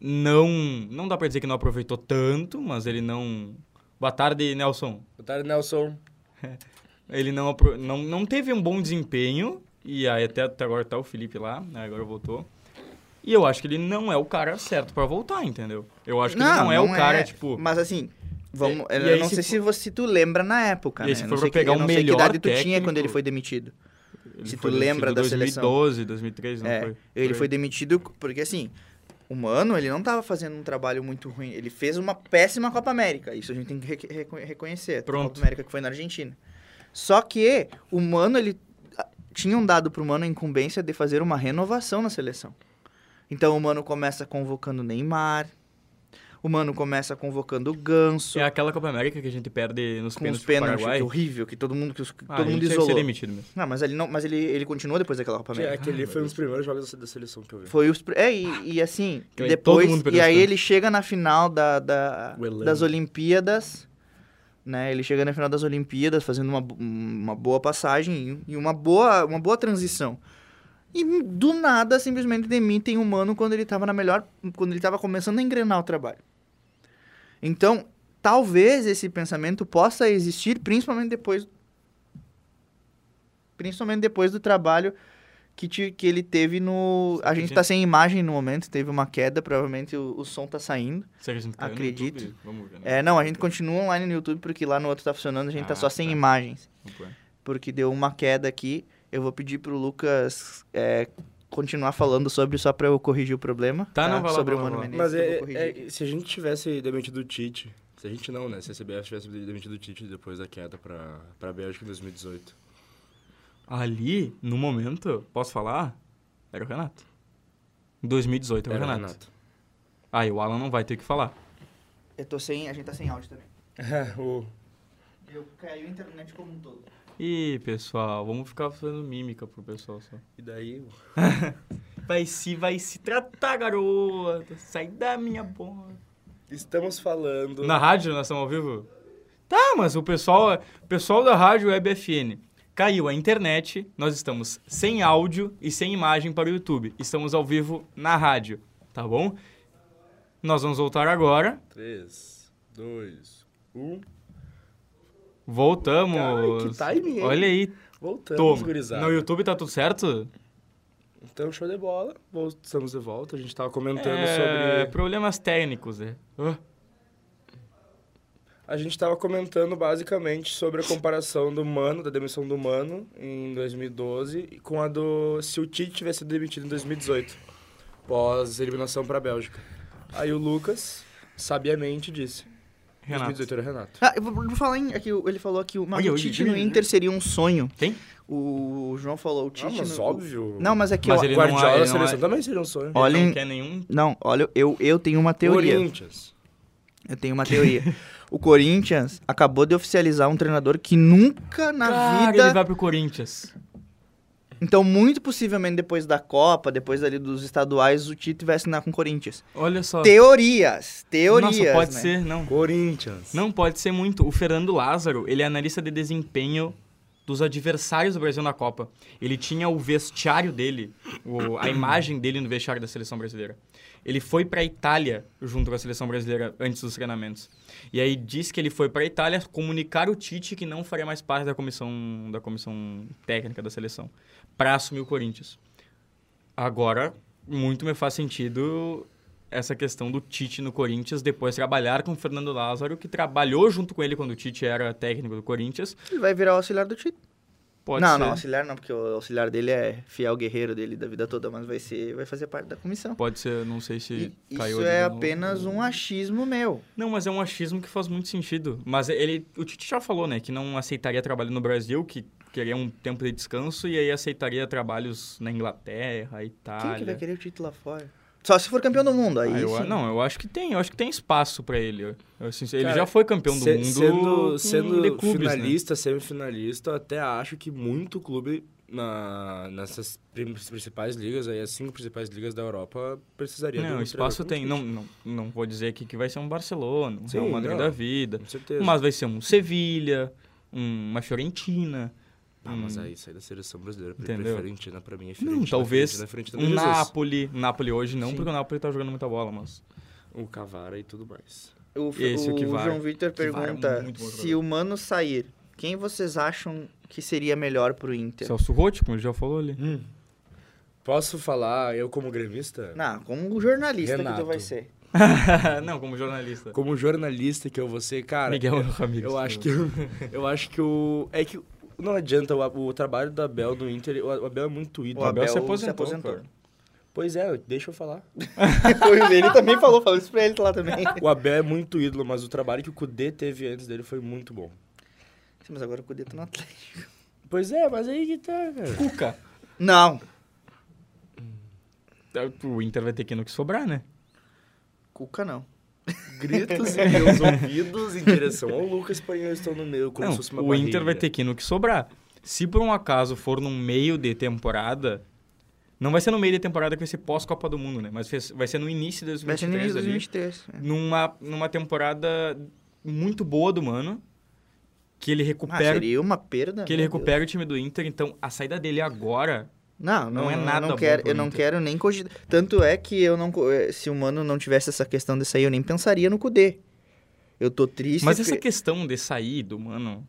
[SPEAKER 2] não não dá pra dizer que não aproveitou tanto, mas ele não Boa tarde, Nelson.
[SPEAKER 4] Otário Nelson.
[SPEAKER 2] Ele não apro- não, não teve um bom desempenho e aí até, até agora tá o Felipe lá, né, agora voltou. E eu acho que ele não é o cara certo pra voltar, entendeu? Eu acho que ele não é o cara tipo
[SPEAKER 1] Mas assim, vamos,
[SPEAKER 2] E-
[SPEAKER 1] eu
[SPEAKER 2] e aí
[SPEAKER 1] não
[SPEAKER 2] se
[SPEAKER 1] sei se, você, se tu lembra na época,
[SPEAKER 2] E
[SPEAKER 1] né?
[SPEAKER 2] aí se
[SPEAKER 1] Eu
[SPEAKER 2] for
[SPEAKER 1] não sei
[SPEAKER 2] pra pegar
[SPEAKER 1] que, eu
[SPEAKER 2] um
[SPEAKER 1] não sei que
[SPEAKER 2] melhor
[SPEAKER 1] idade tu tinha
[SPEAKER 2] técnico-
[SPEAKER 1] quando ele foi demitido.
[SPEAKER 2] ele
[SPEAKER 1] se tu
[SPEAKER 2] foi
[SPEAKER 1] lembra
[SPEAKER 2] demitido
[SPEAKER 1] da
[SPEAKER 2] em
[SPEAKER 1] seleção.
[SPEAKER 2] 2012, 2013, não
[SPEAKER 1] É,
[SPEAKER 2] foi?
[SPEAKER 1] Ele
[SPEAKER 2] Por
[SPEAKER 1] foi
[SPEAKER 2] aí.
[SPEAKER 1] demitido porque assim, o Mano, ele não tava fazendo um trabalho muito ruim. Ele fez uma péssima Copa América. Isso a gente tem que reque- reco- reconhecer. a
[SPEAKER 2] Pronto.
[SPEAKER 1] Copa América que foi na Argentina. Só que o Mano, ele ah, tinham dado pro Mano a incumbência de fazer uma renovação na seleção. Então o Mano começa convocando Neymar. O Mano começa convocando o Ganso.
[SPEAKER 2] é aquela Copa América que a gente perde nos
[SPEAKER 1] Com os
[SPEAKER 2] pênaltis pro
[SPEAKER 1] pênaltis
[SPEAKER 2] Paraguai.
[SPEAKER 1] horrível, que todo mundo, que os- que
[SPEAKER 2] Ah,
[SPEAKER 1] todo
[SPEAKER 2] ele
[SPEAKER 1] mundo
[SPEAKER 2] tinha que ser
[SPEAKER 1] isolou.
[SPEAKER 2] demitido mesmo.
[SPEAKER 1] Não, mas ele, não, mas ele, ele continuou depois daquela Copa América.
[SPEAKER 4] Aquele foi um dos primeiros jogos da seleção que eu vi.
[SPEAKER 1] Foi os. pr- É, e, e assim,
[SPEAKER 2] Que aí todo
[SPEAKER 1] depois.
[SPEAKER 2] mundo perdeu
[SPEAKER 1] E
[SPEAKER 2] os
[SPEAKER 1] aí
[SPEAKER 2] pênaltis.
[SPEAKER 1] ele chega na final da, da-
[SPEAKER 4] O elenco.
[SPEAKER 1] das Olimpíadas. Né? Ele chega na final das Olimpíadas, fazendo uma, bo- uma boa passagem e e uma boa, uma boa transição. E do nada, simplesmente demitem o Mano quando ele tava na melhor. Quando ele tava começando a engrenar o trabalho. Então, talvez esse pensamento possa existir, principalmente depois. Principalmente depois do trabalho que, te- que ele teve no. A gente tá sem imagem no momento, teve uma queda, provavelmente o, o som tá saindo.
[SPEAKER 2] Será que a gente caiu no
[SPEAKER 1] Acredito.
[SPEAKER 2] YouTube? Vamos ver. né?
[SPEAKER 1] É, não, a gente continua online no YouTube porque lá no outro tá funcionando, a gente tá
[SPEAKER 2] Ah,
[SPEAKER 1] só sem
[SPEAKER 2] tá.
[SPEAKER 1] imagens.
[SPEAKER 2] Vamos pôr.
[SPEAKER 1] Porque deu uma queda aqui. Eu vou pedir pro Lucas é, continuar falando sobre só pra eu corrigir o problema.
[SPEAKER 2] Tá, não, vai lá,
[SPEAKER 1] Sobre o
[SPEAKER 2] vai lá,
[SPEAKER 1] Mano
[SPEAKER 2] vai lá.
[SPEAKER 1] Menezes.
[SPEAKER 4] Mas
[SPEAKER 1] que eu
[SPEAKER 4] é-
[SPEAKER 1] vou corrigir.
[SPEAKER 4] é- se a gente tivesse demitido o Tite, se a gente não, né? Se a CBF tivesse demitido o Tite depois da queda pra, pra Bélgica em 2018.
[SPEAKER 2] Ali, no momento, posso falar? Era o Renato. Em 2018 era,
[SPEAKER 4] Era o
[SPEAKER 2] o Renato. Aí o Alan não vai ter o que falar.
[SPEAKER 4] é,
[SPEAKER 1] Eu tô sem. A gente tá sem áudio também.
[SPEAKER 4] Renato. o...
[SPEAKER 1] Eu caiu a internet como um todo.
[SPEAKER 2] Ih, pessoal, vamos ficar fazendo mímica pro pessoal só.
[SPEAKER 4] E daí?
[SPEAKER 2] Vai se, vai se tratar, garota. Sai da minha boca.
[SPEAKER 4] Estamos falando.
[SPEAKER 2] Na rádio, nós estamos ao vivo? Tá, mas o pessoal, o pessoal da rádio Web FN caiu a internet, nós estamos sem áudio e sem imagem para o YouTube. Estamos ao vivo na rádio, tá bom? Nós vamos voltar agora.
[SPEAKER 4] 3, 2, 1.
[SPEAKER 2] Voltamos.
[SPEAKER 4] Ai, que timing, hein?
[SPEAKER 2] Olha aí,
[SPEAKER 4] Voltamos,
[SPEAKER 2] Toma.
[SPEAKER 4] gurizada.
[SPEAKER 2] No YouTube tá tudo certo?
[SPEAKER 4] Então, show de bola. Vol- Estamos de volta. A gente tava comentando
[SPEAKER 2] É,
[SPEAKER 4] sobre.
[SPEAKER 2] Problemas técnicos, né? Ah,
[SPEAKER 4] A gente tava comentando basicamente sobre a comparação do Mano, da demissão do Mano em 2012, e com a do. Se o Tite tivesse sido demitido em 2018, pós eliminação pra Bélgica. Aí o Lucas, sabiamente, disse:
[SPEAKER 2] Renato.
[SPEAKER 4] 2018 era Renato.
[SPEAKER 1] Ah, eu vou vou falar em. Aqui, ele falou que o Mas
[SPEAKER 2] Olha,
[SPEAKER 1] o
[SPEAKER 2] olha,
[SPEAKER 1] Tite
[SPEAKER 2] olha,
[SPEAKER 1] no
[SPEAKER 2] olha.
[SPEAKER 1] Inter seria um sonho.
[SPEAKER 2] Quem?
[SPEAKER 1] O João falou o Tite.
[SPEAKER 4] Ah, mas
[SPEAKER 1] no-
[SPEAKER 4] óbvio.
[SPEAKER 1] Não, mas é que
[SPEAKER 2] Mas
[SPEAKER 1] ó,
[SPEAKER 2] ele não
[SPEAKER 4] Guardiola
[SPEAKER 2] é-
[SPEAKER 4] na
[SPEAKER 2] ele não
[SPEAKER 4] seleção
[SPEAKER 2] é-
[SPEAKER 4] também seria um sonho.
[SPEAKER 1] Olhem-
[SPEAKER 2] Não quer nenhum.
[SPEAKER 1] Não, olha, eu, eu tenho uma teoria.
[SPEAKER 4] Corinthians.
[SPEAKER 1] Eu tenho uma teoria. o Corinthians acabou de oficializar um treinador que nunca na
[SPEAKER 2] Cara,
[SPEAKER 1] vida.
[SPEAKER 2] ele vai pro Corinthians.
[SPEAKER 1] Então, muito possivelmente depois da Copa, depois ali dos estaduais, o Tite vai assinar com o Corinthians.
[SPEAKER 2] Olha só.
[SPEAKER 1] Teorias, teorias.
[SPEAKER 2] Nossa, pode
[SPEAKER 1] né?
[SPEAKER 2] ser, não.
[SPEAKER 4] Corinthians.
[SPEAKER 2] Não, pode ser muito. O Fernando Lázaro, ele é analista de desempenho dos adversários do Brasil na Copa. Ele tinha o vestiário dele, o- a imagem dele no vestiário da seleção brasileira. Ele foi pra Itália junto com a seleção brasileira antes dos treinamentos. E aí diz que ele foi pra Itália comunicar o Tite que não faria mais parte da comissão da comissão técnica da seleção para assumir o Corinthians. Agora, muito me faz sentido essa questão do Tite no Corinthians, depois trabalhar com o Fernando Lázaro, que trabalhou junto com ele quando o Tite era técnico do Corinthians.
[SPEAKER 1] Ele vai virar o auxiliar do Tite.
[SPEAKER 2] Pode
[SPEAKER 1] não,
[SPEAKER 2] ser.
[SPEAKER 1] não, auxiliar não, porque o auxiliar dele é fiel guerreiro dele da vida toda, mas vai ser, vai fazer parte da comissão.
[SPEAKER 2] Pode ser, não sei se
[SPEAKER 1] E
[SPEAKER 2] caiu
[SPEAKER 1] isso
[SPEAKER 2] ali
[SPEAKER 1] é
[SPEAKER 2] no-
[SPEAKER 1] apenas um achismo meu.
[SPEAKER 2] Não, mas é um achismo que faz muito sentido. Mas ele, o Tite já falou, né, que não aceitaria trabalho no Brasil, que queria um tempo de descanso e aí aceitaria trabalhos na Inglaterra,
[SPEAKER 1] Quem que vai
[SPEAKER 2] Itália.
[SPEAKER 1] querer o título lá fora? Só se for campeão do mundo, aí
[SPEAKER 2] Ah, eu,
[SPEAKER 1] sim.
[SPEAKER 2] não, eu acho que tem, eu acho que tem espaço pra ele. Eu, sincer- ele
[SPEAKER 4] Cara,
[SPEAKER 2] já foi campeão do
[SPEAKER 4] Se-
[SPEAKER 2] mundo
[SPEAKER 4] Sendo,
[SPEAKER 2] com-
[SPEAKER 4] sendo
[SPEAKER 2] de clubes, né?
[SPEAKER 4] finalista, semifinalista, eu até acho que muito clube na, nessas prim- principais ligas, aí, as cinco principais ligas da Europa, precisaria de
[SPEAKER 2] Não,
[SPEAKER 4] um
[SPEAKER 2] espaço tem.
[SPEAKER 4] treinador
[SPEAKER 2] Não,
[SPEAKER 4] como
[SPEAKER 2] não, não vou dizer aqui que vai ser um Barcelona, um
[SPEAKER 4] Sim,
[SPEAKER 2] Real Madrid
[SPEAKER 4] não.
[SPEAKER 2] da vida.
[SPEAKER 4] Tite, Com certeza.
[SPEAKER 2] Mas vai ser um Sevilha, um- uma Fiorentina,
[SPEAKER 4] Ah, mas aí sai da seleção brasileira. porque
[SPEAKER 2] Entendeu?
[SPEAKER 4] Fiorentina, pra mim, é
[SPEAKER 2] não,
[SPEAKER 4] Fiorentina.
[SPEAKER 2] talvez
[SPEAKER 4] Fiorentina, é Fiorentina do
[SPEAKER 2] um
[SPEAKER 4] Jesus.
[SPEAKER 2] Napoli. Napoli hoje não,
[SPEAKER 4] Sim.
[SPEAKER 2] porque o Napoli tá jogando muita bola, mas...
[SPEAKER 4] O Cavara e tudo mais.
[SPEAKER 1] O, F-
[SPEAKER 2] Esse é o
[SPEAKER 1] o
[SPEAKER 2] que vale.
[SPEAKER 1] João Vitor
[SPEAKER 2] Que vale é
[SPEAKER 1] pergunta
[SPEAKER 2] muito bom
[SPEAKER 1] se
[SPEAKER 2] jogador.
[SPEAKER 1] o Mano sair, quem vocês acham que seria melhor pro Inter?
[SPEAKER 2] Celso Rotti, como ele já falou ali.
[SPEAKER 4] Posso falar, eu como gremista?
[SPEAKER 1] Não, como um jornalista que
[SPEAKER 4] Renato.
[SPEAKER 1] tu vai ser.
[SPEAKER 2] não, como jornalista.
[SPEAKER 4] Como jornalista que eu vou ser, cara...
[SPEAKER 2] Miguel
[SPEAKER 4] eu-
[SPEAKER 2] Ramírez.
[SPEAKER 4] Eu acho que eu acho que o é que não adianta o, o trabalho do Abel no Inter, o Abel é muito
[SPEAKER 1] O
[SPEAKER 4] ídolo.
[SPEAKER 2] Abel se
[SPEAKER 1] Abel
[SPEAKER 2] aposentou,
[SPEAKER 1] se aposentou.
[SPEAKER 2] cara.
[SPEAKER 4] Pois é, deixa eu falar.
[SPEAKER 1] Pois ele também falou, falou isso pra ele lá também.
[SPEAKER 4] O Abel é muito ídolo, mas o trabalho que o Kudê teve antes dele foi muito bom.
[SPEAKER 1] Sim, mas agora o Cudê tá no Atlético.
[SPEAKER 4] Pois é, mas aí que tá, cara.
[SPEAKER 2] Cuca.
[SPEAKER 1] Não.
[SPEAKER 2] O Inter vai ter que no que sobrar, né?
[SPEAKER 1] Cuca não.
[SPEAKER 4] Gritos em meus ouvidos em direção ao Lucas Panhão estão no meio, como
[SPEAKER 2] não,
[SPEAKER 4] se fosse uma
[SPEAKER 2] o Inter
[SPEAKER 4] barriga.
[SPEAKER 2] vai ter que ir no que sobrar. Se por um acaso for num meio de temporada, não vai ser no meio de temporada que vai ser pós-Copa do Mundo, né? Mas fez- vai ser no início de 2023
[SPEAKER 1] Vai ser no início de
[SPEAKER 2] ali,
[SPEAKER 1] 2023. é.
[SPEAKER 2] numa, numa temporada muito boa do Mano, que ele
[SPEAKER 1] Ah,
[SPEAKER 2] recupera,
[SPEAKER 1] seria uma perda.
[SPEAKER 2] que ele
[SPEAKER 1] meu Deus.
[SPEAKER 2] recupera o time do Inter. Então, a saída dele agora...
[SPEAKER 1] Não, não, é nada.
[SPEAKER 2] bom
[SPEAKER 1] Não quero,
[SPEAKER 2] pro
[SPEAKER 1] eu não
[SPEAKER 2] Inter.
[SPEAKER 1] quero nem cogitar. Tanto é que eu não. co- eh, Se o Mano não tivesse essa questão de sair, eu nem pensaria no Cudê. Eu tô triste.
[SPEAKER 2] Mas essa
[SPEAKER 1] pe-
[SPEAKER 2] questão de sair do Mano...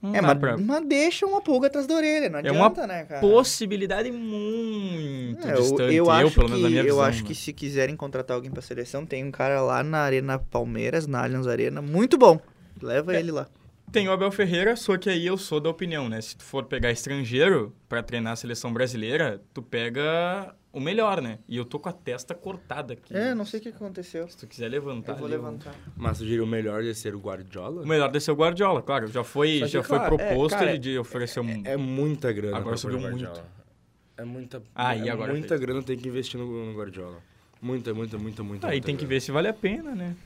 [SPEAKER 2] não
[SPEAKER 1] É,
[SPEAKER 2] dá
[SPEAKER 1] mas,
[SPEAKER 2] pra-
[SPEAKER 1] mas deixa uma pulga atrás da orelha, não
[SPEAKER 2] É uma
[SPEAKER 1] adianta, né, cara?
[SPEAKER 2] possibilidade muito
[SPEAKER 1] É,
[SPEAKER 2] distante. Eu,
[SPEAKER 1] acho
[SPEAKER 2] pelo menos,
[SPEAKER 1] que,
[SPEAKER 2] na minha visão.
[SPEAKER 1] eu acho
[SPEAKER 2] né?
[SPEAKER 1] que se quiserem contratar alguém pra seleção, tem um cara lá na Arena Palmeiras, na Allianz Arena, muito bom. Leva ele lá.
[SPEAKER 2] Tem o Abel Ferreira, só que aí eu sou da opinião, né? Se tu for pegar estrangeiro pra treinar a seleção brasileira, tu pega o melhor, né? E eu tô com a testa cortada aqui.
[SPEAKER 1] É, não sei o que aconteceu.
[SPEAKER 2] Se tu quiser levantar.
[SPEAKER 1] Eu vou
[SPEAKER 2] ali, um
[SPEAKER 1] levantar.
[SPEAKER 4] Mas eu diria o melhor de ser o Guardiola?
[SPEAKER 2] O melhor desse é o Guardiola, claro. Já foi,
[SPEAKER 4] Só que,
[SPEAKER 2] já foi
[SPEAKER 4] claro, é,
[SPEAKER 2] proposto
[SPEAKER 4] cara,
[SPEAKER 2] ele de oferecer um.
[SPEAKER 4] É muita grana.
[SPEAKER 2] Agora
[SPEAKER 4] pra
[SPEAKER 2] subiu
[SPEAKER 4] pôr no
[SPEAKER 2] muito.
[SPEAKER 4] Guardiola. É muita.
[SPEAKER 2] Ah,
[SPEAKER 4] é
[SPEAKER 2] e agora
[SPEAKER 4] Muita
[SPEAKER 2] fez.
[SPEAKER 4] grana tem que investir no, no Guardiola. Muita, muita, muita, muita.
[SPEAKER 2] Aí Ah,
[SPEAKER 4] muita
[SPEAKER 2] tem que
[SPEAKER 4] grana.
[SPEAKER 2] ver se vale a pena, né?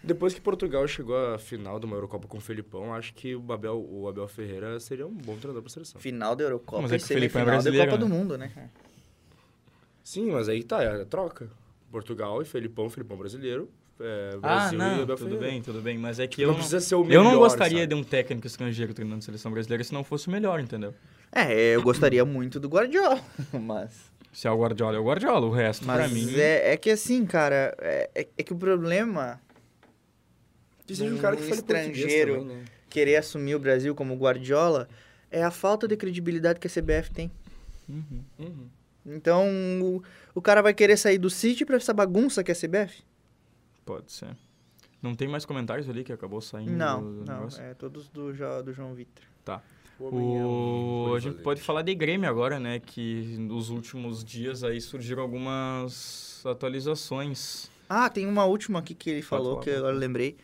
[SPEAKER 4] Depois que Portugal chegou à final de uma Eurocopa com o Felipão, acho que o Abel, o Abel Ferreira seria um bom treinador para seleção.
[SPEAKER 1] Final da Eurocopa
[SPEAKER 2] Mas é
[SPEAKER 1] e
[SPEAKER 2] que o Felipão é
[SPEAKER 1] semifinal da
[SPEAKER 2] brasileiro,
[SPEAKER 1] Copa do
[SPEAKER 2] né?
[SPEAKER 1] Mundo, né? cara?
[SPEAKER 4] Sim, mas aí tá, é a troca. Portugal e Felipão, Felipão brasileiro, é, Brasil e Abel
[SPEAKER 2] tudo
[SPEAKER 4] Ferreira.
[SPEAKER 2] bem, tudo bem. Mas é que
[SPEAKER 4] Tipo, Não
[SPEAKER 2] eu.
[SPEAKER 4] precisa
[SPEAKER 2] Não...
[SPEAKER 4] ser o melhor,
[SPEAKER 2] Eu não gostaria
[SPEAKER 4] sabe?
[SPEAKER 2] de um técnico estrangeiro treinando a seleção brasileira se não fosse o melhor, entendeu?
[SPEAKER 1] É, eu gostaria muito do Guardiola, mas.
[SPEAKER 2] Se é o Guardiola, é o Guardiola. O resto, pra
[SPEAKER 1] Mas
[SPEAKER 2] mim.
[SPEAKER 1] é, é que assim, cara, é, é- é que o problema
[SPEAKER 4] Que seja um cara que
[SPEAKER 1] Um
[SPEAKER 4] fale português
[SPEAKER 1] estrangeiro.
[SPEAKER 4] também, né?
[SPEAKER 1] querer assumir o Brasil como Guardiola é a falta de credibilidade que a CBF tem.
[SPEAKER 2] Uhum.
[SPEAKER 4] Uhum.
[SPEAKER 1] Então, o, o cara vai querer sair do City pra essa bagunça que é a CBF?
[SPEAKER 2] Pode ser. Não tem mais comentários ali que acabou saindo?
[SPEAKER 1] Não,
[SPEAKER 2] do
[SPEAKER 1] não,
[SPEAKER 2] negócio? Tá.
[SPEAKER 1] é todos do, Jo- do João Vitor.
[SPEAKER 4] O homem é
[SPEAKER 2] O...
[SPEAKER 4] um
[SPEAKER 2] A gente
[SPEAKER 4] polivalente.
[SPEAKER 2] pode falar de Grêmio agora, né? Que nos últimos dias aí surgiram algumas atualizações.
[SPEAKER 1] Ah, tem uma última aqui que ele falou
[SPEAKER 2] falar,
[SPEAKER 1] que
[SPEAKER 2] pode
[SPEAKER 1] agora eu lembrei,